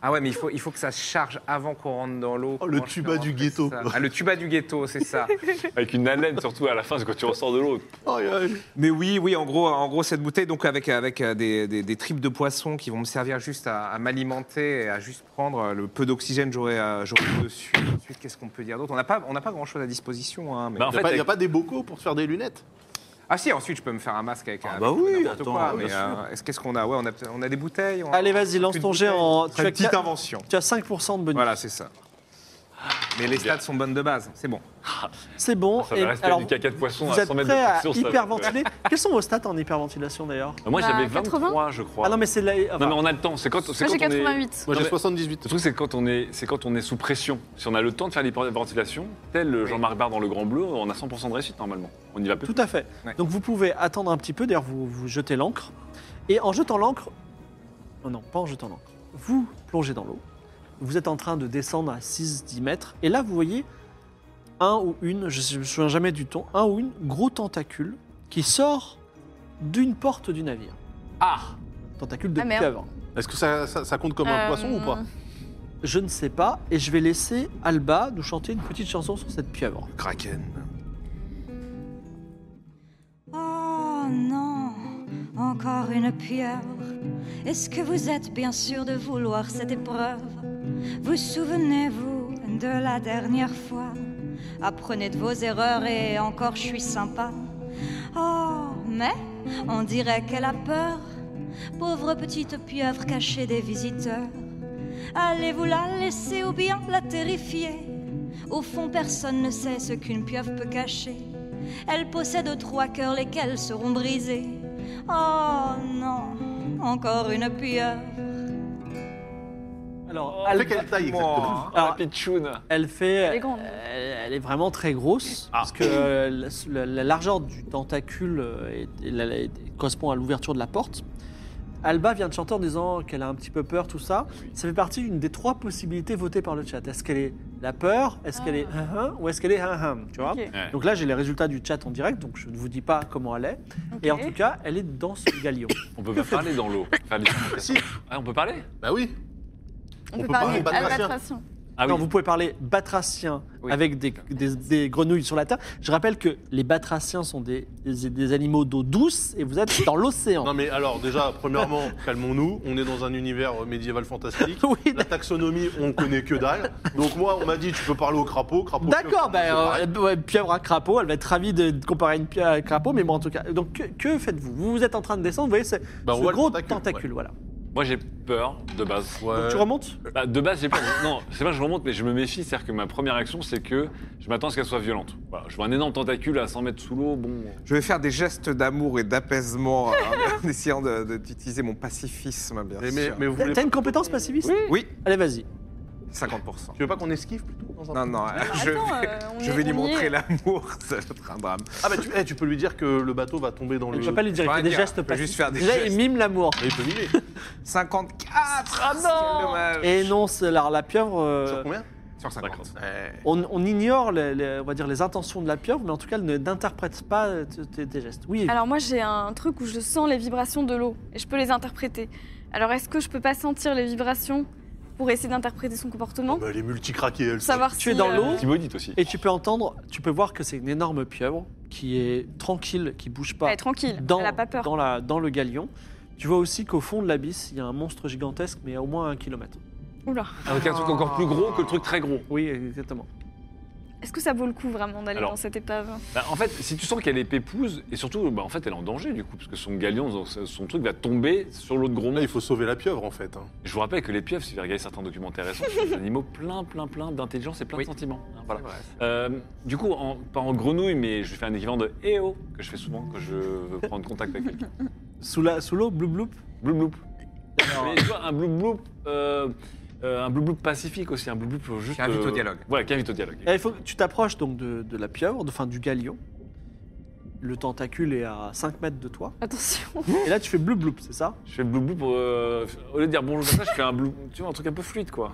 C: Ah ouais, mais il faut il faut que ça se charge avant qu'on rentre dans l'eau.
E: Oh, le
C: Comment je
E: tuba
C: peux
E: du
C: rentrer
E: ghetto,
C: ça
E: quoi.
C: Ah, le tuba du ghetto, c'est ça.
B: Avec une haleine, surtout à la fin, c'est quand tu ressors de l'eau.
E: Aïe, aïe.
C: mais oui, oui, en gros, en gros cette bouteille donc avec avec euh, des, des, des tripes de poisson qui vont me servir juste à, à m'alimenter et à juste prendre euh, le peu d'oxygène que j'aurai euh, j'aurai dessus. Ensuite, qu'est-ce qu'on peut dire d'autre On n'a pas on n'a pas grand chose à disposition. Hein, mais...
B: Bah, en
E: Il n'y a,
B: fait,
E: pas- y a
B: avec-
E: pas des bocaux pour te faire des lunettes
C: Ah si, ensuite je peux me faire un masque avec.
E: Ah
C: avec
E: bah oui,
C: n'importe
E: attends,
C: quoi,
E: bien
C: mais,
E: sûr.
C: euh, est-ce qu'est-ce qu'on a Ouais, on a, on a des bouteilles. on a-
A: Allez, vas-y, lance
C: Une
A: ton jet
C: bouteille.
A: en.
C: Une petite
A: quatre-
C: invention.
A: tu as 5% de bonus.
C: Voilà, c'est ça. Mais les stats sont bonnes de base, c'est bon.
A: C'est bon.
B: Ça
A: Et
B: va rester
A: alors,
B: du caca de poisson
A: vous
B: à
A: êtes
B: 100 mètres
A: prêts
B: de
A: à
B: pression, ça-
A: hyperventiler Quels sont vos stats en hyperventilation d'ailleurs
B: Moi,
D: Bah,
B: j'avais
D: 80.
B: 23, je crois.
A: Ah non, mais c'est de la. enfin,
B: Non, mais on a le temps. C'est quand, c'est
D: Moi, j'ai
B: quand on est-
D: 88.
B: Non,
E: Moi, j'ai
B: mais-
E: 78.
B: Le truc, c'est que quand on est, c'est quand on est sous pression. Si on a le temps de faire l'hyperventilation, tel le Jean-Marc Barre dans Le Grand Bleu, on a 100% de réussite normalement. On y va plus.
A: Tout à fait.
C: Ouais.
A: Donc vous pouvez attendre un petit peu, d'ailleurs vous, vous jetez l'ancre. Et en jetant l'ancre, oh non, non, pas en jetant l'ancre, vous plongez dans l'eau. Vous êtes en train de descendre à 6-10 mètres. Et là, vous voyez un ou une, je ne me souviens jamais du ton, un ou une gros tentacule qui sort d'une porte du navire.
B: Ah
A: Tentacule de
D: Ah, merde.
A: pieuvre.
E: Est-ce que ça, ça- ça compte comme un
D: Euh,
E: poisson ou pas
A: Je ne sais pas, et je vais laisser Alba nous chanter une petite chanson sur cette pieuvre.
C: Kraken.
I: Oh non, encore une pieuvre. Est-ce que vous êtes bien sûr de vouloir cette épreuve Vous souvenez-vous de la dernière fois Apprenez de vos erreurs et encore je suis sympa. Oh, mais on dirait qu'elle a peur. Pauvre petite pieuvre cachée des visiteurs. Allez-vous la laisser ou bien la terrifier Au fond, personne ne sait ce qu'une pieuvre peut cacher. Elle possède trois cœurs, lesquels seront brisés. Oh non, encore une pieuvre.
A: Alors,
E: Fait
A: Alba,
E: quelle taille
B: hein.
E: exactement Ah.
A: alors,
B: Pichoun
A: elle fait. euh,
D: Elle est grande.
A: Elle, elle est vraiment très grosse parce que euh, la, la- la largeur du tentacule euh, est- est- la- la- est- correspond à l'ouverture de la porte. Alba vient de chanter en disant qu'elle a un petit peu peur, tout ça. Ça fait partie d'une des trois possibilités votées par le chat. Est-ce qu'elle est la peur Est-ce qu'elle est hum, hum ou est-ce qu'elle est hum, hum, tu vois
D: Ah. Ok.
B: Ouais.
A: Donc là, j'ai les résultats du chat en direct, donc je ne vous dis pas comment elle est. Et en
D: Ok.
A: tout cas, elle est dans ce galion.
B: On peut pas parler dans l'eau.
A: <laughs>
B: Enfin, les-
E: Si.
B: Ah, on peut parler
E: Bah oui.
D: On, peut parler
E: parler batracien.
D: albatration.
B: Ah
A: Non, vous pouvez parler batracien
C: Oui.
A: avec des, des- des grenouilles sur la terre. Je rappelle que les batraciens sont des, des- des animaux d'eau douce et vous êtes dans l'océan.
E: Non mais alors déjà,
A: <laughs>
E: premièrement, calmons-nous. On est dans un univers euh, médiéval fantastique.
A: Oui,
E: La taxonomie, on connaît que dalle. Donc moi, on m'a dit, tu peux parler au crapaud, crapaud.
A: D'accord,
E: pieuvre,
A: bah,
E: c'est
A: euh,
E: pareil.
A: euh, ouais, pieuvre à crapaud, elle va être ravie de, de comparer une pieuvre à un crapaud, mais bon, en tout cas. Donc, que, que faites-vous Vous vous êtes en train de descendre, vous voyez c'est
E: Bah, on
A: ce
E: voit le
A: gros tentacule,
E: tentacule, Euh,
A: voilà.
B: Moi, j'ai peur de base.
A: Donc,
E: Ouais.
A: tu remontes
B: Bah, de base, j'ai peur. Non, c'est pas que je remonte, mais je me méfie. C'est-à-dire que ma première action, c'est que je m'attends à ce qu'elle soit violente. Voilà, je vois un énorme tentacule à 100 mètres sous l'eau. Bon.
C: Je vais faire des gestes d'amour et d'apaisement hein, <laughs> en essayant de- de- d'utiliser mon pacifisme, bien
E: Mais, mais,
C: sûr.
E: mais vous voulez
A: T'as une compétence pacifiste
C: Oui,
A: Allez, vas-y.
C: 50%.
E: Tu veux pas qu'on esquive plutôt dans un-
C: Non, non, <laughs> je,
D: Attends, euh, on
C: je
D: est-
C: vais lui
D: on y
C: montrer
D: est.
C: l'amour, <laughs> ça va être un drame.
E: Ah bah tu, eh, tu peux lui dire que le bateau va tomber dans
A: Je
E: le...
A: ne peux pas lui Euh, dire, il
C: rien
A: fait des
C: dire,
A: gestes
C: je peux
A: pacifistes.
C: juste faire des
A: Déjà, il
C: gestes.
A: mime l'amour.
E: Mais il peut mimer.
C: 54
A: Ah
C: Quel dommage.
A: Et non, c'est- alors la pieuvre. euh,
E: Euh, Sur combien
C: Sur 50.
E: Eh.
A: On, on ignore les, les- on va dire les intentions de la pieuvre, mais en tout cas, elle ne- n'interprète pas euh, t- tes, tes gestes. Oui,
D: Alors moi j'ai un truc où je sens les vibrations de l'eau et je peux les interpréter. Alors est-ce que je peux pas sentir les vibrations pour essayer d'interpréter son comportement
E: Ah bah, elle est multicraquée, elle.
D: Pour savoir
A: Tu
D: si, euh,
A: es dans l'eau
B: Petit maudite aussi.
A: et tu peux entendre, tu peux voir que c'est une énorme pieuvre qui est tranquille, qui bouge pas
D: Elle est tranquille,
A: dans,
D: elle a pas peur.
A: Dans, la, dans le galion. Tu vois aussi qu'au fond de l'abysse, il y a un monstre gigantesque, mais à au moins un kilomètre.
D: Oula.
B: Avec un truc encore plus gros que le truc très gros.
A: Oui, exactement.
D: Est-ce que ça vaut le coup vraiment d'aller
B: Alors.
D: dans cette épave
B: Bah, en fait, si tu sens qu'elle est pépouze, et surtout, bah, en fait, elle est en danger du coup, parce que son galion, son- son truc va tomber sur l'autre gros
E: Là,
B: monstre.
E: il faut sauver la pieuvre en fait. hein.
B: Je vous rappelle que les pieuvres, si vous regardez certains documentaires récents, sont des animaux plein, plein, plein d'intelligence et plein
C: Oui.
B: de sentiments. hein, voilà.
C: C'est vrai.
B: Euh, du coup, en- pas en grenouille, mais je fais un équivalent de EO que je fais souvent quand je veux prendre contact avec quelqu'un.
A: Sous la- sous l'eau, bloup bloup.
B: Bloup bloup. Mais tu vois, un bloup bloup, euh, euh, un bloup bloup pacifique aussi, un bloup bloup juste.
C: Qui invite au dialogue.
B: Voilà, qui invite au dialogue.
A: Et il Eh, faut que tu t'approches donc de, de la pieuvre, de- enfin du galion. Le tentacule est à 5 mètres de toi.
D: Attention.
A: Et là, tu fais bloup bloup, c'est ça
B: Je fais bloup bloup pour. euh, au lieu de dire bonjour comme ça, je fais un bloup. Tu vois, un truc un peu fluide quoi.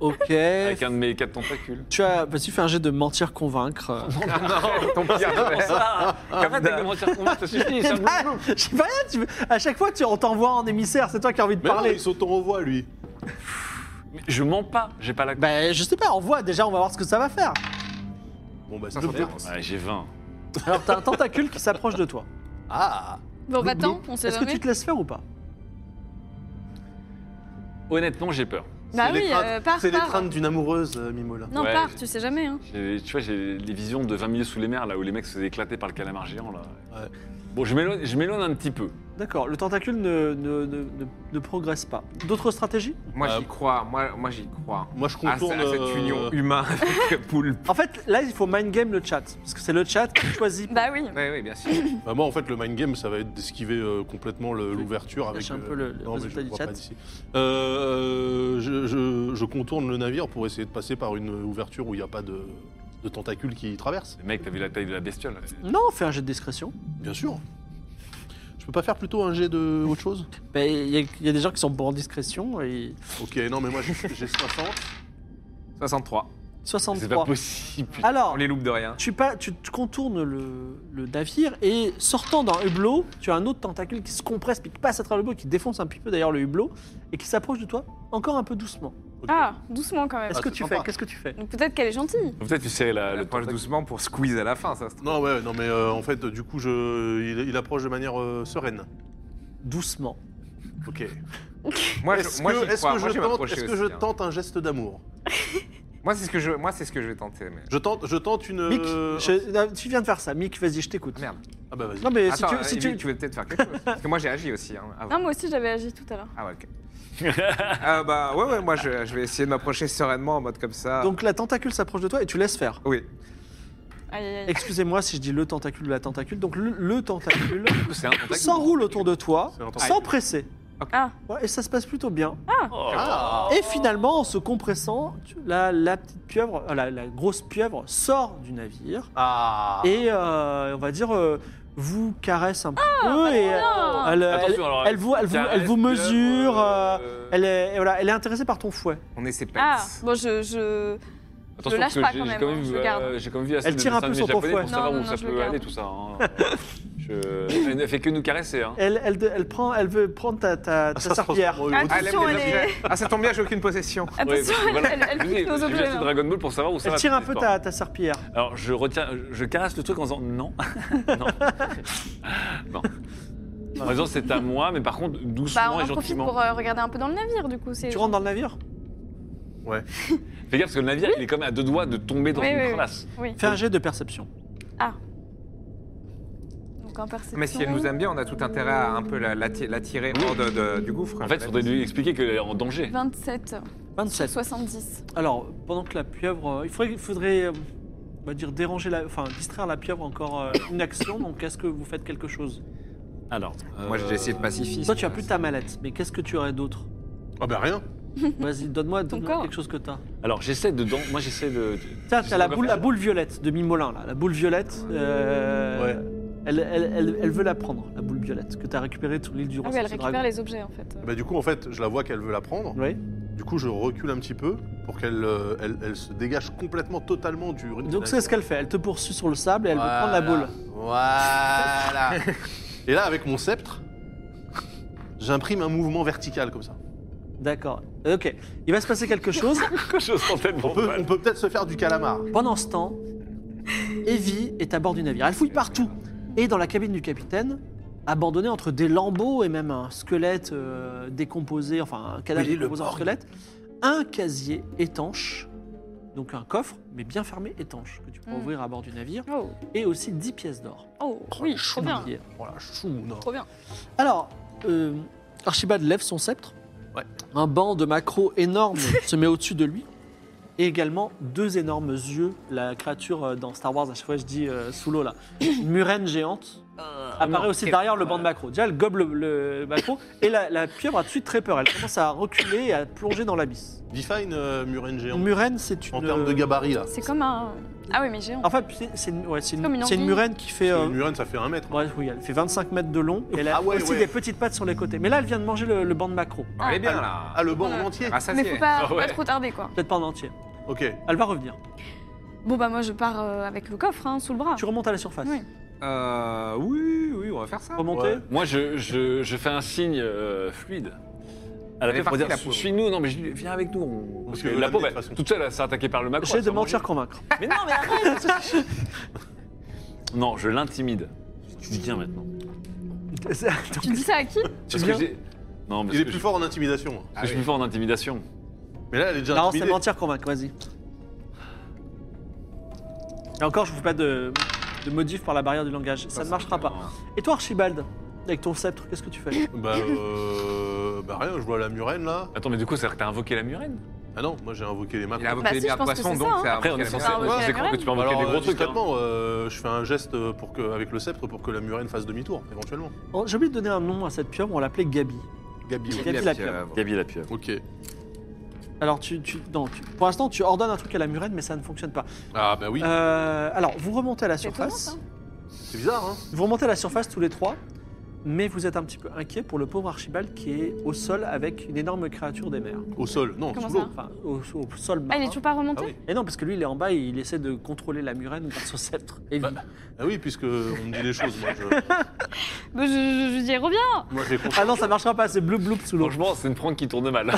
A: Ok.
B: Avec un de mes quatre tentacules.
A: Tu as. Vas-y, fais un jet de mentir convaincre. <laughs> euh.
C: Ton pire
B: Comment ça Bah. Arrête de mentir pour moi, ça suffit, ça
A: J'ai
B: me
A: pas, j'ai Ah, pas rien, tu veux- à chaque fois tu, on t'envoie en émissaire, c'est toi qui as envie de
E: Mais non,
A: parler.
E: il s'auto-envoie, lui.
B: Mais Je mens pas, j'ai pas la.
A: Ben je sais pas, envoie déjà, on va voir ce que ça va faire.
E: Bon, bah,
A: Ah,
C: Ça,
E: je
C: ça
E: perds.
C: fait-
B: Ouais, j'ai 20.
A: Alors t'as un tentacule qui s'approche de toi.
E: Ah
D: Bon, bah attends, on sait
A: Est-ce que
D: jamais.
A: tu te laisses faire ou pas
B: Honnêtement, j'ai peur.
D: Bah
E: C'est
D: oui,
E: l'étreinte-
D: euh, pars,
E: C'est
D: pars.
E: l'étreinte d'une amoureuse, euh, Mimola.
D: Non,
B: Ouais.
D: pars, tu sais jamais. Hein.
B: J'ai- Tu vois, j'ai les visions de 20 milieux sous les mers, là où les mecs se faisaient éclater par le calamar géant, là.
E: Ouais.
B: Bon, je m'éloigne je m'éloigne un petit peu.
A: D'accord, le tentacule ne, ne, ne- ne- ne progresse pas. D'autres stratégies
C: Moi,
E: Euh,
C: j'y crois. Moi, moi j'y crois.
E: Moi, je
C: À, ce-
E: contourne.
C: Ah, à cette
E: euh,
C: union humain avec poule.
A: En fait, là il faut mind game le chat, parce que c'est le chat qui choisit.
D: Bah oui.
C: Oui,
D: <laughs>
C: oui, bien sûr.
E: Bah, moi, en fait, le mind game, ça va être d'esquiver euh, complètement le- l'ouverture avec. euh,
A: Lâche un peu le- le
E: mais
A: résultat
E: je
A: du
E: crois
A: chat.
E: pas d'ici. Euh, euh, je, je- je contourne le navire pour essayer de passer par une ouverture où il n'y a pas de, de tentacules qui traversent.
B: <laughs> Mec, t'as vu la taille de la bestiole
A: Non, fais un jet de discrétion.
E: Bien sûr. Je peux pas faire plutôt un jet de autre chose
A: Ben, Il y, a- il y a des gens qui sont bons en discrétion et.
E: Ok, non, mais moi, j'ai j'ai 60.
C: 63.
B: C'est pas
A: 63.
B: possible, putain.
A: Alors,
C: On les loupe de rien.
A: tu, pas, tu te contournes le, le navire et sortant d'un hublot, tu as un autre tentacule qui se compresse puis qui passe à travers le hublot, qui défonce un petit peu d'ailleurs le hublot et qui s'approche de toi encore un peu doucement.
E: Ok.
D: Ah, doucement quand même.
A: Qu'est-ce
E: Ah,
A: que
E: c'est
A: tu
E: sympa.
A: fais Qu'est-ce que tu fais
D: Donc peut-être qu'elle est gentille.
B: Peut-être tu serrais la,
C: Elle
B: Ah, le
C: approche
B: tentac-
C: doucement pour squeeze à la fin, ça se trouve.
E: Non, ouais, non, mais euh, en fait, du coup, je, il, il approche de manière euh, sereine.
A: Doucement.
E: Ok.
C: Moi,
E: Est-ce
C: je, moi,
E: que,
C: j'y
E: est-ce
C: crois.
E: que
C: Moi,
E: je
C: vais
E: tente,
C: m'approcher
E: est-ce que
C: aussi,
E: je
C: hein.
E: tente un geste d'amour
C: Moi, c'est ce que je, moi, c'est ce que je vais tenter. Mais...
E: Je tente, je tente une.
A: Mick,
E: euh,
A: je- non, tu viens de faire ça. Mick, vas-y, je t'écoute.
C: Ah, merde.
E: Ah bah vas-y.
A: Non, mais
C: Attends, euh,
A: si tu. Si tu...
C: Evie, tu... veux peut-être faire quelque chose. Parce que moi, j'ai agi aussi. Hein, avant.
D: Non, moi aussi j'avais agi tout à l'heure.
C: Ah ouais, ok. <laughs> Euh, bah ouais, ouais, moi, je, je vais essayer de m'approcher sereinement en mode comme ça.
A: Donc la tentacule s'approche de toi et tu laisses faire.
C: Oui.
D: Aïe, aïe, aïe.
A: Excusez-moi si je dis le tentacule ou la tentacule. Donc le, le tentacule
B: C'est un tentacule.
A: s'enroule autour de toi
E: C'est un tentacule.
A: sans presser.
D: Ah.
A: Ouais, et ça se passe plutôt bien.
B: Oh.
A: Et finalement, en se compressant, tu- la, la petite pieuvre, euh, la, la grosse pieuvre sort du navire
E: Ah.
A: et euh, on va dire euh, vous caresse un petit peu et
D: non.
A: elle, elle,
B: Attention, alors,
A: elle vous, elle vous-
B: caresse,
A: elle vous
B: pieuvre,
A: mesure. euh,
B: euh,
A: elle est, et voilà, elle est intéressée par ton fouet.
C: On est ses pets.
D: Ah, bon, je. je...
B: Attention,
D: Je lâche
B: parce que
D: pas
B: j'ai-
D: quand
B: j'ai
D: même,
B: quand
D: hein,
B: même,
D: je
B: euh,
D: garde.
B: J'ai quand même vu assez
A: Elle
B: de
A: tire un peu sur
B: dessins animés
A: ton
B: japonais
A: fouet.
B: pour
D: Non,
B: savoir
D: non,
B: où
D: non,
B: ça
D: je le
B: peut
D: garde.
B: aller tout
A: <laughs>
B: ça. hein. Je- Elle ne fait que nous caresser. Hein.
A: Elle, elle, elle prend, elle veut prendre ta, ta, ta
E: Ah, Ça se
A: serpillère.
E: transforme en-
D: Attends.
C: elle aime
D: Attention,
C: les
D: elle est-
C: objets. Ah, ça tombe bien, j'ai
D: <laughs>
C: aucune possession.
B: Ouais,
D: Attention,
B: parce que voilà,
D: elle, elle
B: j'ai vu-
D: pique nos
B: j'ai vu
D: objets.
B: assez de
D: hein.
B: Dragon Ball pour savoir où ça
A: Elle
B: va.
A: tire un
B: cette
A: peu
B: histoire.
A: ta, ta serpillière.
B: Alors je retiens, je caresse le truc en
A: <laughs>
B: disant non, non, non. En disant c'est à moi, mais par contre
D: Bah,
B: doucement
D: on
B: et
D: en profite
B: gentiment.
D: pour euh, regarder un peu dans le navire du coup. c'est-
A: Tu rentres dans le navire
B: Fais gaffe parce que le navire il est comme à deux doigts de tomber dans
D: Oui,
B: une
D: oui, oui.
B: crevasse.
D: Oui.
A: Fais un jet de perception.
D: Donc en perception.
C: Mais si elle nous aime bien, on a tout intérêt à un peu la- la ti- la tirer hors de- de- du gouffre.
B: En fait, faudrait lui expliquer qu'elle est en danger.
D: 27,
A: 27.
D: 70.
A: Alors, pendant que la pieuvre. euh, il faudrait, il faudrait euh, on va dire, déranger la, enfin, distraire la pieuvre encore euh, une action. Donc, est-ce que vous faites quelque chose
B: Alors,
C: Euh, Moi,
A: euh,
C: j'ai essayé de pacifier.
A: Toi, tu as plus ta mallette, mais qu'est-ce que tu
D: <laughs>
A: aurais d'autre
E: Ah bah rien.
A: Vas-y, donne-moi
D: Ton
A: donne-moi
D: corps.
A: quelque chose que t'as.
B: alors j'essaie de, dan- moi j'essaie de.
A: Tiens,
B: j'essaie
A: t'as la
B: de
A: boule, la
B: faire-
A: boule violette de Mimolin, là. La boule violette. euh, elle, elle, elle- elle veut la prendre, la boule violette, que t'as récupérée sur l'île du
D: Ah
A: Roi.
D: oui, elle récupère les objets en fait.
E: Bah du coup, en fait, je la vois qu'elle veut la prendre.
A: Oui.
E: Du coup, je recule un petit peu pour qu'elle euh, elle, elle se dégage complètement, totalement du.
A: Donc, c'est ce qu'elle fait. Elle te poursuit sur le sable et elle veut prendre la boule.
E: Voilà. Et là, avec mon sceptre, j'imprime un mouvement vertical comme ça.
A: D'accord. Ok. Il va se passer quelque chose.
B: Quelque chose en tête.
E: On peut, on peut peut-être se faire du calamar.
A: Pendant ce temps, Evie est à bord du navire. Elle fouille partout. Et dans la cabine du capitaine, abandonnée entre des lambeaux et même un squelette euh, décomposé, enfin un cadavre
E: Oui, le
A: décomposé en
E: Borg.
A: squelette, un casier étanche, donc un coffre, mais bien fermé, étanche, que tu peux
D: Mm.
A: ouvrir à bord du navire,
D: Oh,
A: et aussi 10 pièces d'or.
D: oh, oui, trop
A: Chou,
D: bien.
A: qui est-
E: Voilà, chou, non.
D: Trop bien.
A: Alors, euh, Archibald lève son sceptre.
E: Ouais.
A: Un banc de macro
E: <laughs>
A: énorme se met au-dessus de lui. Et également deux énormes yeux. La créature euh, dans Star Wars, à chaque fois je dis euh, sous l'eau là. Une murène géante
E: Euh,
A: apparaît aussi derrière le banc de macro. Déjà, elle gobe le, le macro. Et la, la pieuvre a tout de suite très peur. Elle commence à reculer et à plonger dans l'abysse.
E: Define euh, Murène géant.
A: Une murène, c'est une.
E: En termes de gabarit, là.
D: C'est comme un. Ah oui, mais géant.
A: Enfin, puis c'est- c'est une, ouais, c'est
D: Comme une
A: une, c'est une
D: anguille.
A: murène qui fait. euh,
E: Une murène, ça fait un mètre.
A: ouais, oui, elle fait 25 mètres de long et elle a
E: Ah ouais,
A: aussi
E: ouais.
A: des petites pattes sur les côtés. Mais là, elle vient de manger le, le banc de macro.
C: Ah, Elle est bien là.
E: Ah, le banc
D: Ouais.
E: en entier
D: Mais
C: Rassasié.
D: faut pas, faut
B: Ah ouais.
D: pas trop tarder, quoi.
A: Peut-être pas en entier.
E: Ok.
A: Elle va revenir.
D: Bon, bah moi, je pars euh, avec le coffre, hein, sous le bras.
A: Tu remontes à la surface.
D: Oui.
C: Euh, oui, oui, on va faire ça.
A: Remonter.
E: Ouais.
B: Moi, je, je, je fais un signe euh, fluide. À la
C: Elle est
B: pauvre pour
C: partie,
B: dire
C: la pauvre.
B: Suis-nous, non, mais je dis, viens avec nous. on- Parce que
E: veut
B: la
E: l'amener,
B: pauvre,
E: de
B: elle-
E: toute façon.
B: toute seule, elle s'est attaquée par le macro.
A: J'essaie
B: elle
A: de
B: s'est
A: mentir,
B: mangée.
A: convaincre.
B: Mais non, mais arrête Non, je l'intimide. Je dis Viens maintenant.
D: Tu dis ça à qui
B: Parce que
A: viens
B: j'ai- Ah Non, parce
E: Il est
B: que
E: plus
B: je-
E: fort Ah en intimidation.
B: parce que je suis plus fort en intimidation.
E: Mais là, elle est déjà
A: Non, c'est
E: intimidée.
A: mentir, convaincre, vas-y. Et encore, je vous fais pas de, de modif par la barrière du langage. Ça ne marchera pas. Et toi, Archibald, avec ton sceptre, qu'est-ce que tu
D: <coughs>
A: fais
E: Bah, euh, bah rien, je vois la murène là.
B: Attends, mais du coup, c'est-à-dire que t'as invoqué la murène
E: Ah non, moi j'ai invoqué les
C: Il a
E: macros.
C: invoqué
D: Bah
C: les
D: si,
C: bières
D: je
C: de
D: pense que
C: poisson,
D: c'est
C: donc
D: ça,
C: c'est
D: hein.
B: Après, on est
C: invoqué
B: censé.
D: Ah, ok,
B: Moi, j'ai cru que tu peux invoquer
E: Alors,
B: des gros
E: euh,
B: trucs. hein.
E: discrètement, euh, je fais un geste euh, pour que, avec le sceptre pour que la murène fasse demi-tour, éventuellement.
A: Oh, J'ai oublié de donner un nom à cette pieuvre, on l'appelait Gabi.
E: Gabi, hein. ouais.
A: Gabi la pieuvre.
B: Gabi la pieuvre.
E: Ok.
A: Alors, tu, tu- non, tu- pour l'instant, tu ordonnes un truc à la murène, mais ça ne fonctionne pas.
E: Ah bah oui,
A: Euh, alors, vous remontez à la
D: C'est étonnant,
A: surface.
D: ça.
E: c'est bizarre, hein
A: Vous remontez à la surface tous les trois, mais vous êtes un petit peu inquiet pour le pauvre Archibald qui est au sol avec une énorme créature des mers.
E: Au sol, non,
D: Comment
E: sous
D: ça
E: l'eau.
A: Enfin, au, au sol marin.
D: Ah, il est toujours pas
E: Ah
D: remonté
E: oui.
A: Et non, parce que lui, il est en bas et il essaie de contrôler la murène par son sceptre. Et
E: Bah,
A: vit.
E: Ah oui, puisque on me dit des choses, moi je,
D: Bah, je, je, je dis, reviens
E: moi, j'ai confiance.
A: Ah non, ça marchera pas, c'est bleu bleu sous l'eau.
B: Franchement, c'est une prank qui tourne mal.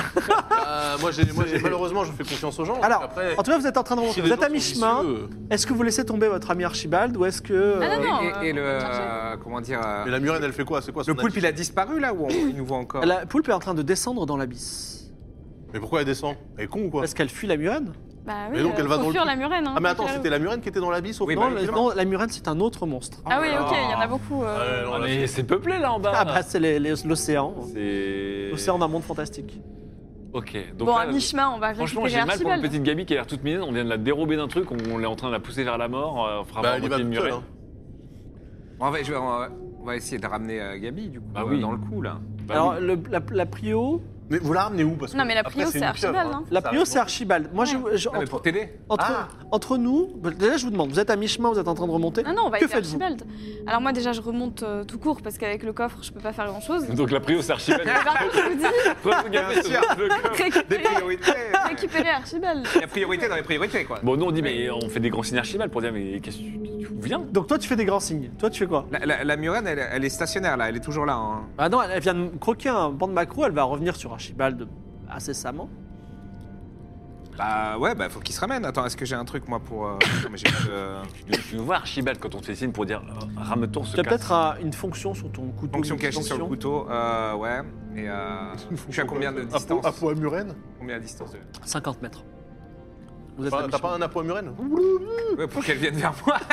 E: Ah, moi, j'ai, moi j'ai- malheureusement je fais confiance aux gens.
A: Alors,
E: Après,
A: En tout cas, vous êtes en train de remonter.
E: si les euh.
A: Vous êtes
E: gens
A: à
E: sont
A: mi-chemin.
E: vicieux,
A: Est-ce que vous laissez tomber votre ami Archibald ou est-ce que.
D: Ah non,
A: euh,
D: non,
C: Et, et- et
D: euh,
C: le.
D: chercher.
C: euh, comment dire euh,
E: Mais la murène, elle fait quoi C'est quoi son
C: Le poulpe,
E: attitude
C: il a disparu là ou on, il nous voit encore
A: La poulpe est en train de descendre dans l'abysse.
E: Mais pourquoi elle descend Elle est con ou quoi
A: Est-ce qu'elle fuit la murène
D: Bah oui,
E: Mais donc, elle
D: euh,
E: va
D: faut
E: dans le
D: fuir
E: trou.
D: la murène. Hein,
E: Ah mais
D: faut
E: attends,
D: qu'elle
E: c'était la murène qui était dans l'abysse au
C: Oui,
E: fond
A: non,
C: bah,
A: la-
C: évidemment.
A: non, la murène, c'est un autre monstre.
D: Ah oui,
C: là
D: ok,
C: là.
D: il y en a beaucoup. euh.
E: Ouais, non,
B: Ah,
E: là,
B: mais c'est peuplé là en bas.
A: Ah bah, c'est les- les- l'océan.
B: c'est.
A: L'océan d'un monde fantastique.
B: Ok. Donc
D: Bon,
B: là,
D: à mi-chemin, on va
B: Franchement,
D: récupérer
B: j'ai mal pour une
D: Archibald.
B: petite Gabi qui a l'air toute mignonne. On vient de la dérober d'un truc, on, on est en train de la pousser vers la mort. euh, On fera
E: Bah
B: pas
E: elle y va
B: moitié de
E: toute seule,
B: murène.
E: hein.
C: on, va, je vais- on va- on va essayer de ramener euh, Gabi du coup
A: Ah
B: Bah
C: euh,
B: oui.
C: dans le coup là.
E: hein.
B: Bah
A: Alors,
B: oui.
A: le- la, la prio,
E: Mais vous la ramenez où Parce que
D: Non, mais la
E: après,
D: prio, c'est
E: une
D: Archibald,
E: pieuvre,
D: hein.
A: la
E: Ça
A: prio,
E: reste-
A: c'est Archibald. Moi, je, je-
C: Non, mais
A: entre,
C: pour t'aider.
A: entre,
C: Ah.
A: entre nous, bah, déjà, je vous demande, vous êtes à mi-chemin, vous êtes en train de remonter.
D: <laughs> Non, non, on va
A: Que
D: aider
A: faites-vous
D: Archibald. Alors moi, déjà, je remonte euh, tout court parce qu'avec le coffre, je peux pas faire grand-chose.
B: <laughs> Donc la prio, c'est Archibald.
D: Mais par contre, je vous dis, <laughs>
B: Prends le gamin,
C: Bien
B: ce
C: sûr.
B: le coffre.
C: Des
D: récupérer, <laughs>
C: priorités.
D: récupérer Archibald.
C: La priorité dans les priorités quoi.
B: Bon, nous on dit, mais on fait des grands signes Archibald pour dire, mais qu'est-ce que tu, tu viens
A: Donc, toi, tu fais des grands signes. Toi, tu fais quoi
C: La, la, la murène, elle, elle est stationnaire là, elle est toujours là. hein.
A: Bah non, elle elle vient de croquer un banc de macro, elle va revenir sur Archibald incessamment.
C: Bah ouais, bah faut qu'il se ramène. Attends, est-ce que j'ai un truc moi pour. euh, <coughs> non, mais j'ai pas de-
B: Tu nous vois Archibald quand on te fait signe pour dire, euh, rame-toi, on se
A: Tu as
B: casse.
A: peut-être un- une fonction sur ton couteau.
C: Fonction
A: une
C: cachée sur le
A: fonction.
C: couteau. Euh, ouais. Et euh, je suis à combien
E: Ah,
C: de distance
E: Apo à murène
C: Combien à distance de-
A: 50 mètres. Vous êtes à
E: T'as
A: mi-chemin.
E: pas un apo à murène
C: Ouais, Pour qu'elle vienne vers moi.
E: <laughs>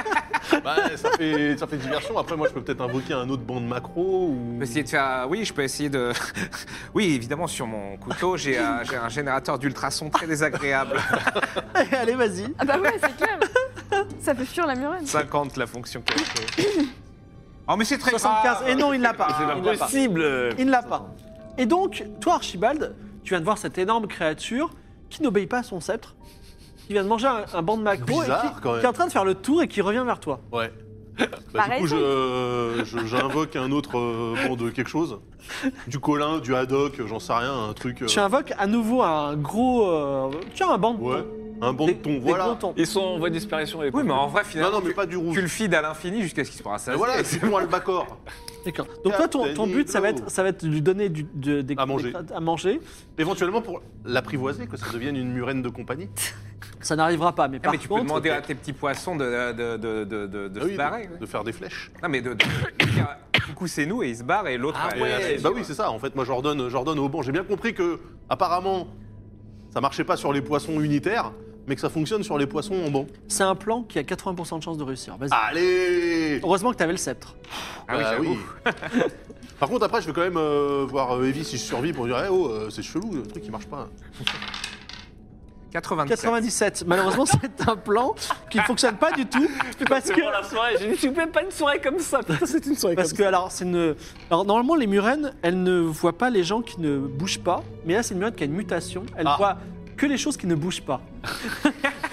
E: Bah ça fait, ça fait diversion. Après moi je peux peut-être invoquer un autre banc de macro
C: Je
E: ou.
C: peux essayer de faire. euh, Oui, je peux essayer de. <laughs> Oui, évidemment, sur mon couteau, j'ai un, j'ai un générateur d'ultrasons très
E: <laughs>
C: désagréable.
A: <laughs> Allez, vas-y.
D: Ah bah ouais, c'est clair. Ça fait fuir la murène.
C: 50, la fonction cachée. Oh, mais c'est très
A: 75.
C: grave.
A: Et non, il ne l'a pas.
B: C'est
A: Il ne l'a pas.
B: impossible
A: Il ne l'a pas. Et donc, toi, Archibald, tu viens de voir cette énorme créature qui n'obéit pas à son sceptre, qui vient de manger un, un banc de macro et
E: Bizarre,
A: qui,
E: quand même.
A: qui est en train de faire le tour et qui revient vers toi.
E: Ouais. Bah, du
D: Pareil,
E: coup,
D: ça.
E: je- euh, je- j'invoque un autre euh, banc de quelque chose. Du colin, du haddock, euh, j'en sais rien, un truc. euh,
A: Tu invoques à nouveau un gros. euh, tiens, un banc de
E: Ouais,
A: thon.
E: un banc
A: Des-
E: de thon,
A: des
E: voilà.
A: gros thons.
B: Ils sont en voie de disparition. les
C: Oui, mais en vrai,
E: Non,
C: finalement,
E: non, mais pas du
C: tu,
E: rouge.
C: tu le feeds à l'infini jusqu'à ce qu'il se fasse.
E: Et voilà, c'est moi le bacor.
A: D'accord. Donc, toi, ton, ton but, ça va, être, ça va être de lui donner du, de- des,
E: À manger.
A: des- à manger.
E: Éventuellement pour l'apprivoiser, que ça devienne une murène de compagnie.
A: Ça n'arrivera pas, mais
C: <laughs> Ah,
A: par
C: mais tu peux
A: contre,
C: demander à tes petits poissons de, euh, de, de, de, de- de
E: Ah oui,
C: se
E: de-
C: barrer.
E: de,
C: ouais.
E: faire des flèches.
C: Non, mais de, de- de dire, du coup, c'est nous et ils se barrent et l'autre.
B: Ah
C: elle-
B: ouais,
C: elle-
E: bah oui, c'est ça. En fait, moi, j'ordonne, j'ordonne au banc. J'ai bien compris que, apparemment, ça marchait pas sur les poissons unitaires, mais que ça fonctionne sur les poissons en banc.
A: c'est un plan qui a 80% de chances de réussir. Vas-y.
E: Allez
A: Heureusement que tu avais le sceptre.
C: Ah oui,
E: Bah
C: j'avoue.
E: oui. <laughs> Par contre, après, je vais quand même euh, voir euh, Evie si je survis pour dire Eh oh, euh, c'est chelou, le truc qui marche pas.
C: 97.
A: 97. Malheureusement, <laughs> c'est un plan qui ne fonctionne pas du
C: <laughs>
A: tout parce que
B: la soirée, j'ai dit, tu peux pas une soirée comme ça. Putain, c'est une soirée
A: Parce que alors, c'est une... alors, normalement, les murènes, elles ne voient pas les gens qui ne bougent pas. Mais là, c'est une murène qui a une mutation. Elle
E: Ah.
A: voit que les choses qui ne bougent pas.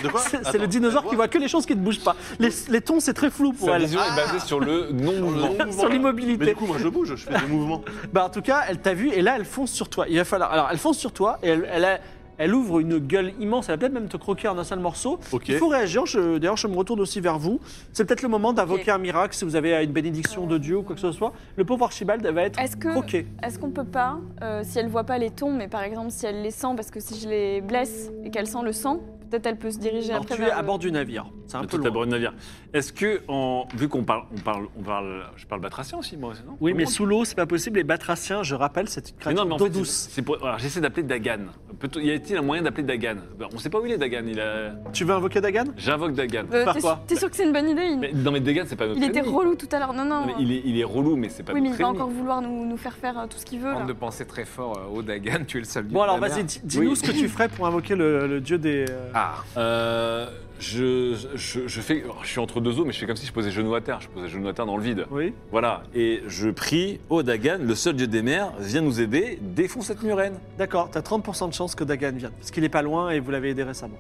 E: De
A: <laughs>
E: quoi
A: C'est c'est
E: Attends,
A: le dinosaure qui voit que les choses qui ne bougent pas. Les, les tons, c'est très flou pour
B: Sa
A: elle.
B: vision est basée sur le
E: Sur le
B: non-mouvement.
E: non-mouvement,
A: Sur
E: là. Mais du
A: l'immobilité.
E: coup, moi je bouge, je fais des mouvements.
A: Bah, en tout cas, elle t'a vu et là, elle fonce sur toi. Il va falloir. Alors, elle fonce sur toi et elle, elle, a- elle ouvre une gueule immense. Elle va peut-être même te croquer en un seul morceau.
E: Ok.
A: Il faut réagir. Je- D'ailleurs, je me retourne aussi vers vous. C'est peut-être le moment d'invoquer
D: Ok.
A: un miracle si vous avez une bénédiction de Dieu ou quoi que ce soit. Le pauvre Archibald va être
D: Est-ce que-
A: croqué.
D: Est-ce qu'on peut pas, euh, si elle voit pas les tons, mais par exemple si elle les sent, parce que si je les blesse et qu'elle sent le sang, peut-être elle peut se diriger
A: Alors,
D: après
A: tu
D: vers
A: es à
D: le-
A: bord du navire. C'est un peu
B: Tout à
A: loin.
B: bord du navire. Est-ce que, en- vu qu'on parle, on parle, on parle, je parle batracien aussi, moi, non
A: Oui,
B: Tout
A: mais
B: le monde.
A: sous l'eau, c'est pas possible. Les batraciens, je rappelle, c'est une
B: Mais non,
A: créature
B: mais en
A: d'eau
B: fait, c'est-
A: douce.
B: c'est pour- alors, j'essaie d'appeler Dagan. Peut-on- y a-t-il un moyen d'appeler Dagan Ben, On ne sait pas où il est, Dagan. Il a-
A: Tu veux invoquer Dagan
B: J'invoque Dagan.
D: Euh,
A: Faire
D: t'es,
A: quoi
D: sûr- t'es sûr que c'est une bonne idée il...
B: Mais, non, mais Dagan, c'est pas notre
D: il était
B: ennemi.
D: relou tout à l'heure. Non,
B: Non,
D: non.
B: mais il, est, il est relou, mais c'est pas
D: oui, mais il
B: notre
D: va
B: ennemi.
D: encore vouloir nous, nous faire faire euh, tout ce qu'il veut.
C: Tente
D: Là.
C: de penser très fort euh, au Dagan, tu es le seul dieu
A: Bon,
C: de
A: alors,
C: la
A: vas-y,
C: mer.
A: di- dis-nous
C: Oui.
A: ce que tu ferais pour invoquer le, le dieu des. euh,
C: Ah,
B: Euh, je, je, je fais, alors, je suis entre deux eaux, mais je fais comme si je posais genou à terre. Je posais genou à terre dans le vide.
A: Oui.
K: Voilà, et je prie, ô Dagan, le seul dieu des mers, viens nous aider, défonce cette murène.
A: D'accord, t'as 30% de chance que Dagan vienne. Parce qu'il est pas loin et vous l'avez aidé récemment.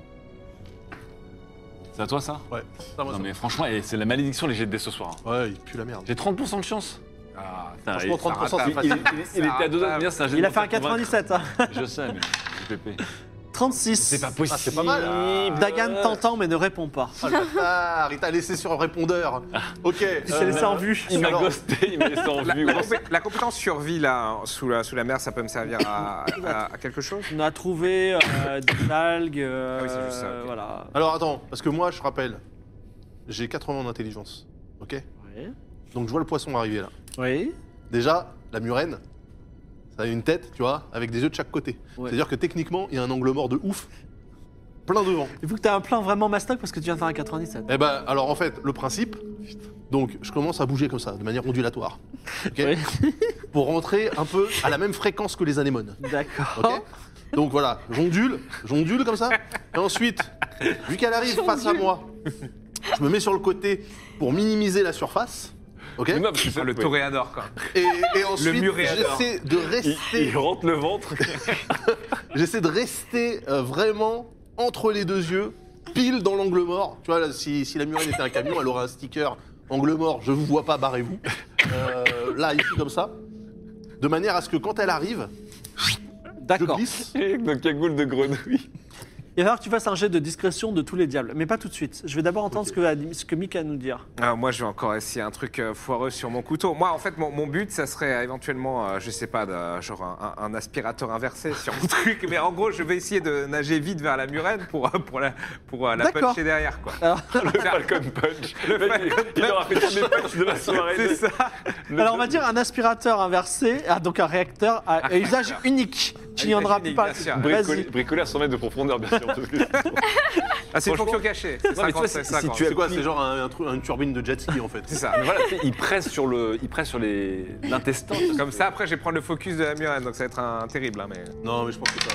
B: C'est à toi, ça
E: Ouais, ça, moi,
B: Non,
E: ça-
B: mais franchement, eh, c'est la malédiction, les jets de dés ce soir. hein.
E: Ouais, il pue la merde.
B: J'ai 30% de chance.
C: ah,
B: Putain,
E: Franchement,
B: il-
C: ça
E: 30%, c'est
C: rate
B: il,
E: facile.
B: il- il était à deux doigts de venir, c'est un jet
A: Il
B: de
A: a fait un
B: convaincre.
A: 97, hein.
B: Je sais, mais j'ai pépé.
A: 36.
B: C'est pas possible.
E: c'est pas mal. Ah,
A: Dagan t'entend mais ne répond pas.
E: Ah, le bâtard, il t'a laissé sur un répondeur. Ok.
A: Ah.
E: euh,
A: Il s'est laissé en vue.
B: Il m'a
E: Alors-
B: ghosté, il m'a laissé en
C: la,
B: vue.
C: la
B: ouais.
C: compé- la compétence survie là, sous la, sous la mer, ça peut me servir à, à- à quelque
B: <laughs>
C: chose
A: On a trouvé euh, des algues. euh,
C: Ah oui, c'est juste ça, ok.
A: Voilà.
E: Alors attends, parce que moi, je rappelle, j'ai 80 d'intelligence. Ok
A: Oui.
E: Donc je vois le poisson arriver là.
A: Oui.
E: Déjà, la murène, ça a une tête, tu vois, avec des yeux de chaque côté.
A: Ouais.
E: C'est-à-dire que techniquement, il y a un angle mort de ouf, plein devant.
A: Il faut que t'as un plan vraiment mastoc parce que tu viens de faire un 97.
E: Eh ben, alors en fait, le principe, donc je commence à bouger comme ça, de manière ondulatoire. ok
A: Ouais.
E: <laughs> Pour rentrer un peu à la même fréquence que les anémones.
A: D'accord.
E: ok donc voilà, j'ondule, j'ondule comme ça. Et ensuite, vu qu'elle arrive face à moi, je me mets sur le côté pour minimiser la surface. Ok
B: Mais non, parce que c'est-
C: Le
B: ouais.
C: toréador, quoi.
E: et, et ensuite,
C: muréador.
E: j'essaie de
B: Il,
E: rester
B: il rentre le ventre.
E: <laughs> J'essaie de rester euh, vraiment entre les deux yeux, pile dans l'angle mort. Tu vois, là, si, si la murène était un camion, elle aurait un sticker angle mort, je vous vois
B: <laughs>
E: pas, barrez-vous. Euh, là, ici, comme ça. De manière à ce que quand elle arrive, je
A: D'accord.
E: glisse.
B: <laughs> Avec nos cagoules de grenouille.
A: Il va falloir que tu fasses un jet de discrétion de tous les diables, mais pas tout de suite. Je vais d'abord entendre ce, que, a- ce que Mick a à nous dire.
C: Ah, moi, je vais encore essayer un truc euh, foireux sur mon couteau. Moi, en fait, mon, mon but, ça serait euh, éventuellement, euh, je sais pas, de- genre un, un- un aspirateur inversé sur mon <laughs> truc. Mais en gros, je vais essayer de nager vite vers la murène pour, euh, pour la, pour euh, la
A: D'accord.
C: puncher derrière, quoi.
E: Ah.
C: <laughs>
B: Le Falcon Punch. Le il, il aura fait tous les punchs de la soirée.
C: C'est ça.
A: Alors on va dire un aspirateur inversé, ah, donc un réacteur à à usage unique. Tu n'y en auras plus
C: unique,
A: pas.
C: bien sûr.
B: Bricolé,
A: Vas-y.
B: bricolé à 100 mètres de profondeur, bien sûr. parce que-
C: Ah, c'est une
B: Franchement-
C: fonction cachée.
E: Non, mais tu vois, si-
C: 50,
E: si tu
C: 50.
E: as- C'est quoi C'est genre un- un truc- une turbine de jet ski, en fait.
C: C'est ça.
B: Mais voilà, tu sais, il presse sur le, il presse sur les l'intestin.
C: Comme ça, après, je vais prendre le focus de la murène, donc ça va être un terrible. hein, mais...
E: Non, mais je pense que ça.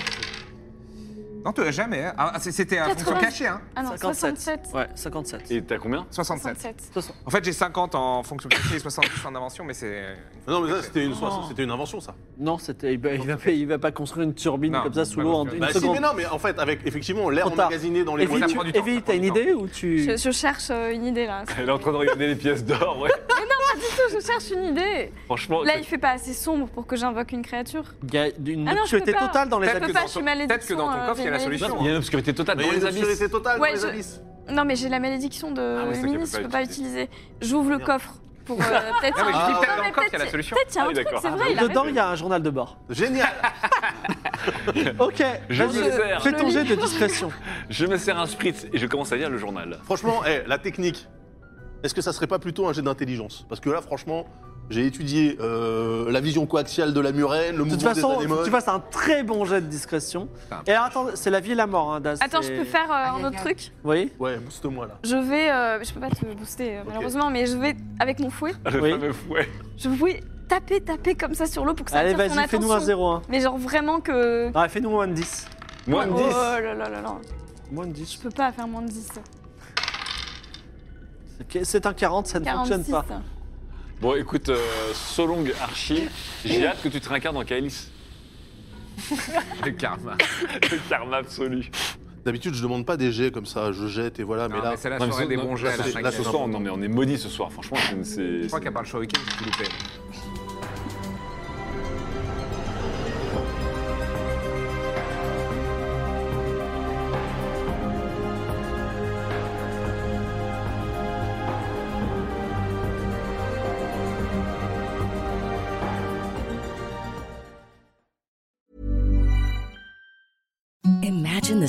C: Non, tu l'as jamais. hein. Ah, c'est- C'était un fonction
D: 80.
C: cachée, hein
D: Ah non, 67.
A: Ouais, 57.
B: Et t'as combien
C: 67.
D: 67.
C: En fait, j'ai 50 en fonction cachée et 70 en invention, mais c'est.
E: Non, mais ça, c'était une,
A: Oh.
E: c'était une invention, ça.
A: Non, c'était, il, va- il va, pas- il va pas construire une turbine
C: Non,
A: comme ça sous
C: pas
A: l'eau en
C: construire.
A: une
E: Bah, si,
A: seconde.
E: mais non, mais en fait, avec effectivement l'air
A: Trop tard.
E: emmagasiné dans les
A: Evie,
C: ça
E: moyens.
A: tu-
C: prend du temps,
A: Evie,
C: ça prend
A: t'as une
C: du temps.
A: idée ou tu...
D: Je, je cherche euh, une idée là.
B: Elle est en train de regarder les pièces d'or, ouais.
D: je cherche une idée.
B: Franchement,
D: Là, il fait pas assez sombre pour que j'invoque une créature.
A: Il y a une
D: Ah non, je
A: obscurité
D: peux pas.
A: totale dans les
D: Je
C: Peut-être
D: peux
A: habits.
C: que,
D: pas,
C: dans
D: je
C: ton-
D: suis malédiction,
C: peut-être que dans ton
D: euh,
C: coffre, il y a la
D: j'ai une
C: solution.
B: il y a une obscurité totale
E: Mais
B: dans
E: il y a
B: les
E: une
B: abysses.
E: obscurité totale
D: Ouais,
E: dans les
D: je-
E: abysses.
D: Non, mais j'ai la malédiction de
B: Ah oui, c'est vrai
D: Luminis,
B: qu'elle
D: je
B: peut
D: peux
B: pas
D: pas utiliser. J'ouvre le
E: Merde.
D: coffre pour euh,
B: <laughs>
D: peut-être.
C: Non, mais je
D: un-
C: dis peut-être
D: Non,
C: dans
D: mais
C: le coffre qu'il y a la
D: peut-être-
C: solution.
D: Peut-être il y a
B: Ah
D: un
B: oui,
D: truc,
B: d'accord.
D: c'est
B: Ah,
D: vrai. il a
A: Dedans,
D: raison.
A: il y a un journal de bord.
C: <laughs>
E: Génial
A: Ok,
B: Je
A: vas-y,
B: me sers.
A: fais ton
D: Je
A: jet de
D: lis. <laughs>
A: discrétion.
B: Je me sers un spritz et je commence à lire le journal.
E: Franchement, eh, la technique, est-ce que ça serait pas plutôt un jet d'intelligence Parce que là, franchement, j'ai étudié euh, la vision coaxiale de la murène, le
A: De toute
E: mouvement
A: façon,
E: des
A: faut que
E: anémones.
A: tu fasses un très bon jet de discrétion.
C: Putain.
A: Et alors, attends, c'est la vie et la mort, hein, Daz.
D: Attends, je
A: c'est-
D: peux faire euh, un autre truc.
A: Oui
E: Ouais, booste-moi là.
D: Je vais. euh, Je peux pas te booster, euh, malheureusement, mais je vais, avec mon fouet,
B: Le
A: Oui.
B: fameux fouet.
D: je vais taper, taper comme ça sur l'eau pour que ça
A: Allez,
D: attire son
A: vas-y, fais-nous un
D: attention.
A: 0-1.
D: Mais genre vraiment que.
A: Ah, fais-nous moins de 10.
B: Moins de
D: oh
B: 10.
D: là là là là.
A: Moins de
D: Je
A: 10.
D: peux pas faire moins de 10.
A: C'est un 40, ça ne
D: 46.
A: fonctionne pas.
B: Bon, écoute, euh, Solong Archie, j'ai hâte que tu te réincarnes en Kaelis.
C: Le karma.
B: Le karma absolu.
E: D'habitude, je demande pas des jets comme ça, je jette et voilà, mais
C: Non,
E: là.
C: mais c'est la
B: Non, mais
C: soirée
B: ce-
C: des
B: non,
C: bons
B: là,
C: jets. à la
B: ce- là, ce
C: cinquième.
B: soir, non, mais on est maudit ce soir, franchement. c'est- c'est-
C: Je crois qu'à part le show-weekend, je suis loupé.
L: Imagine the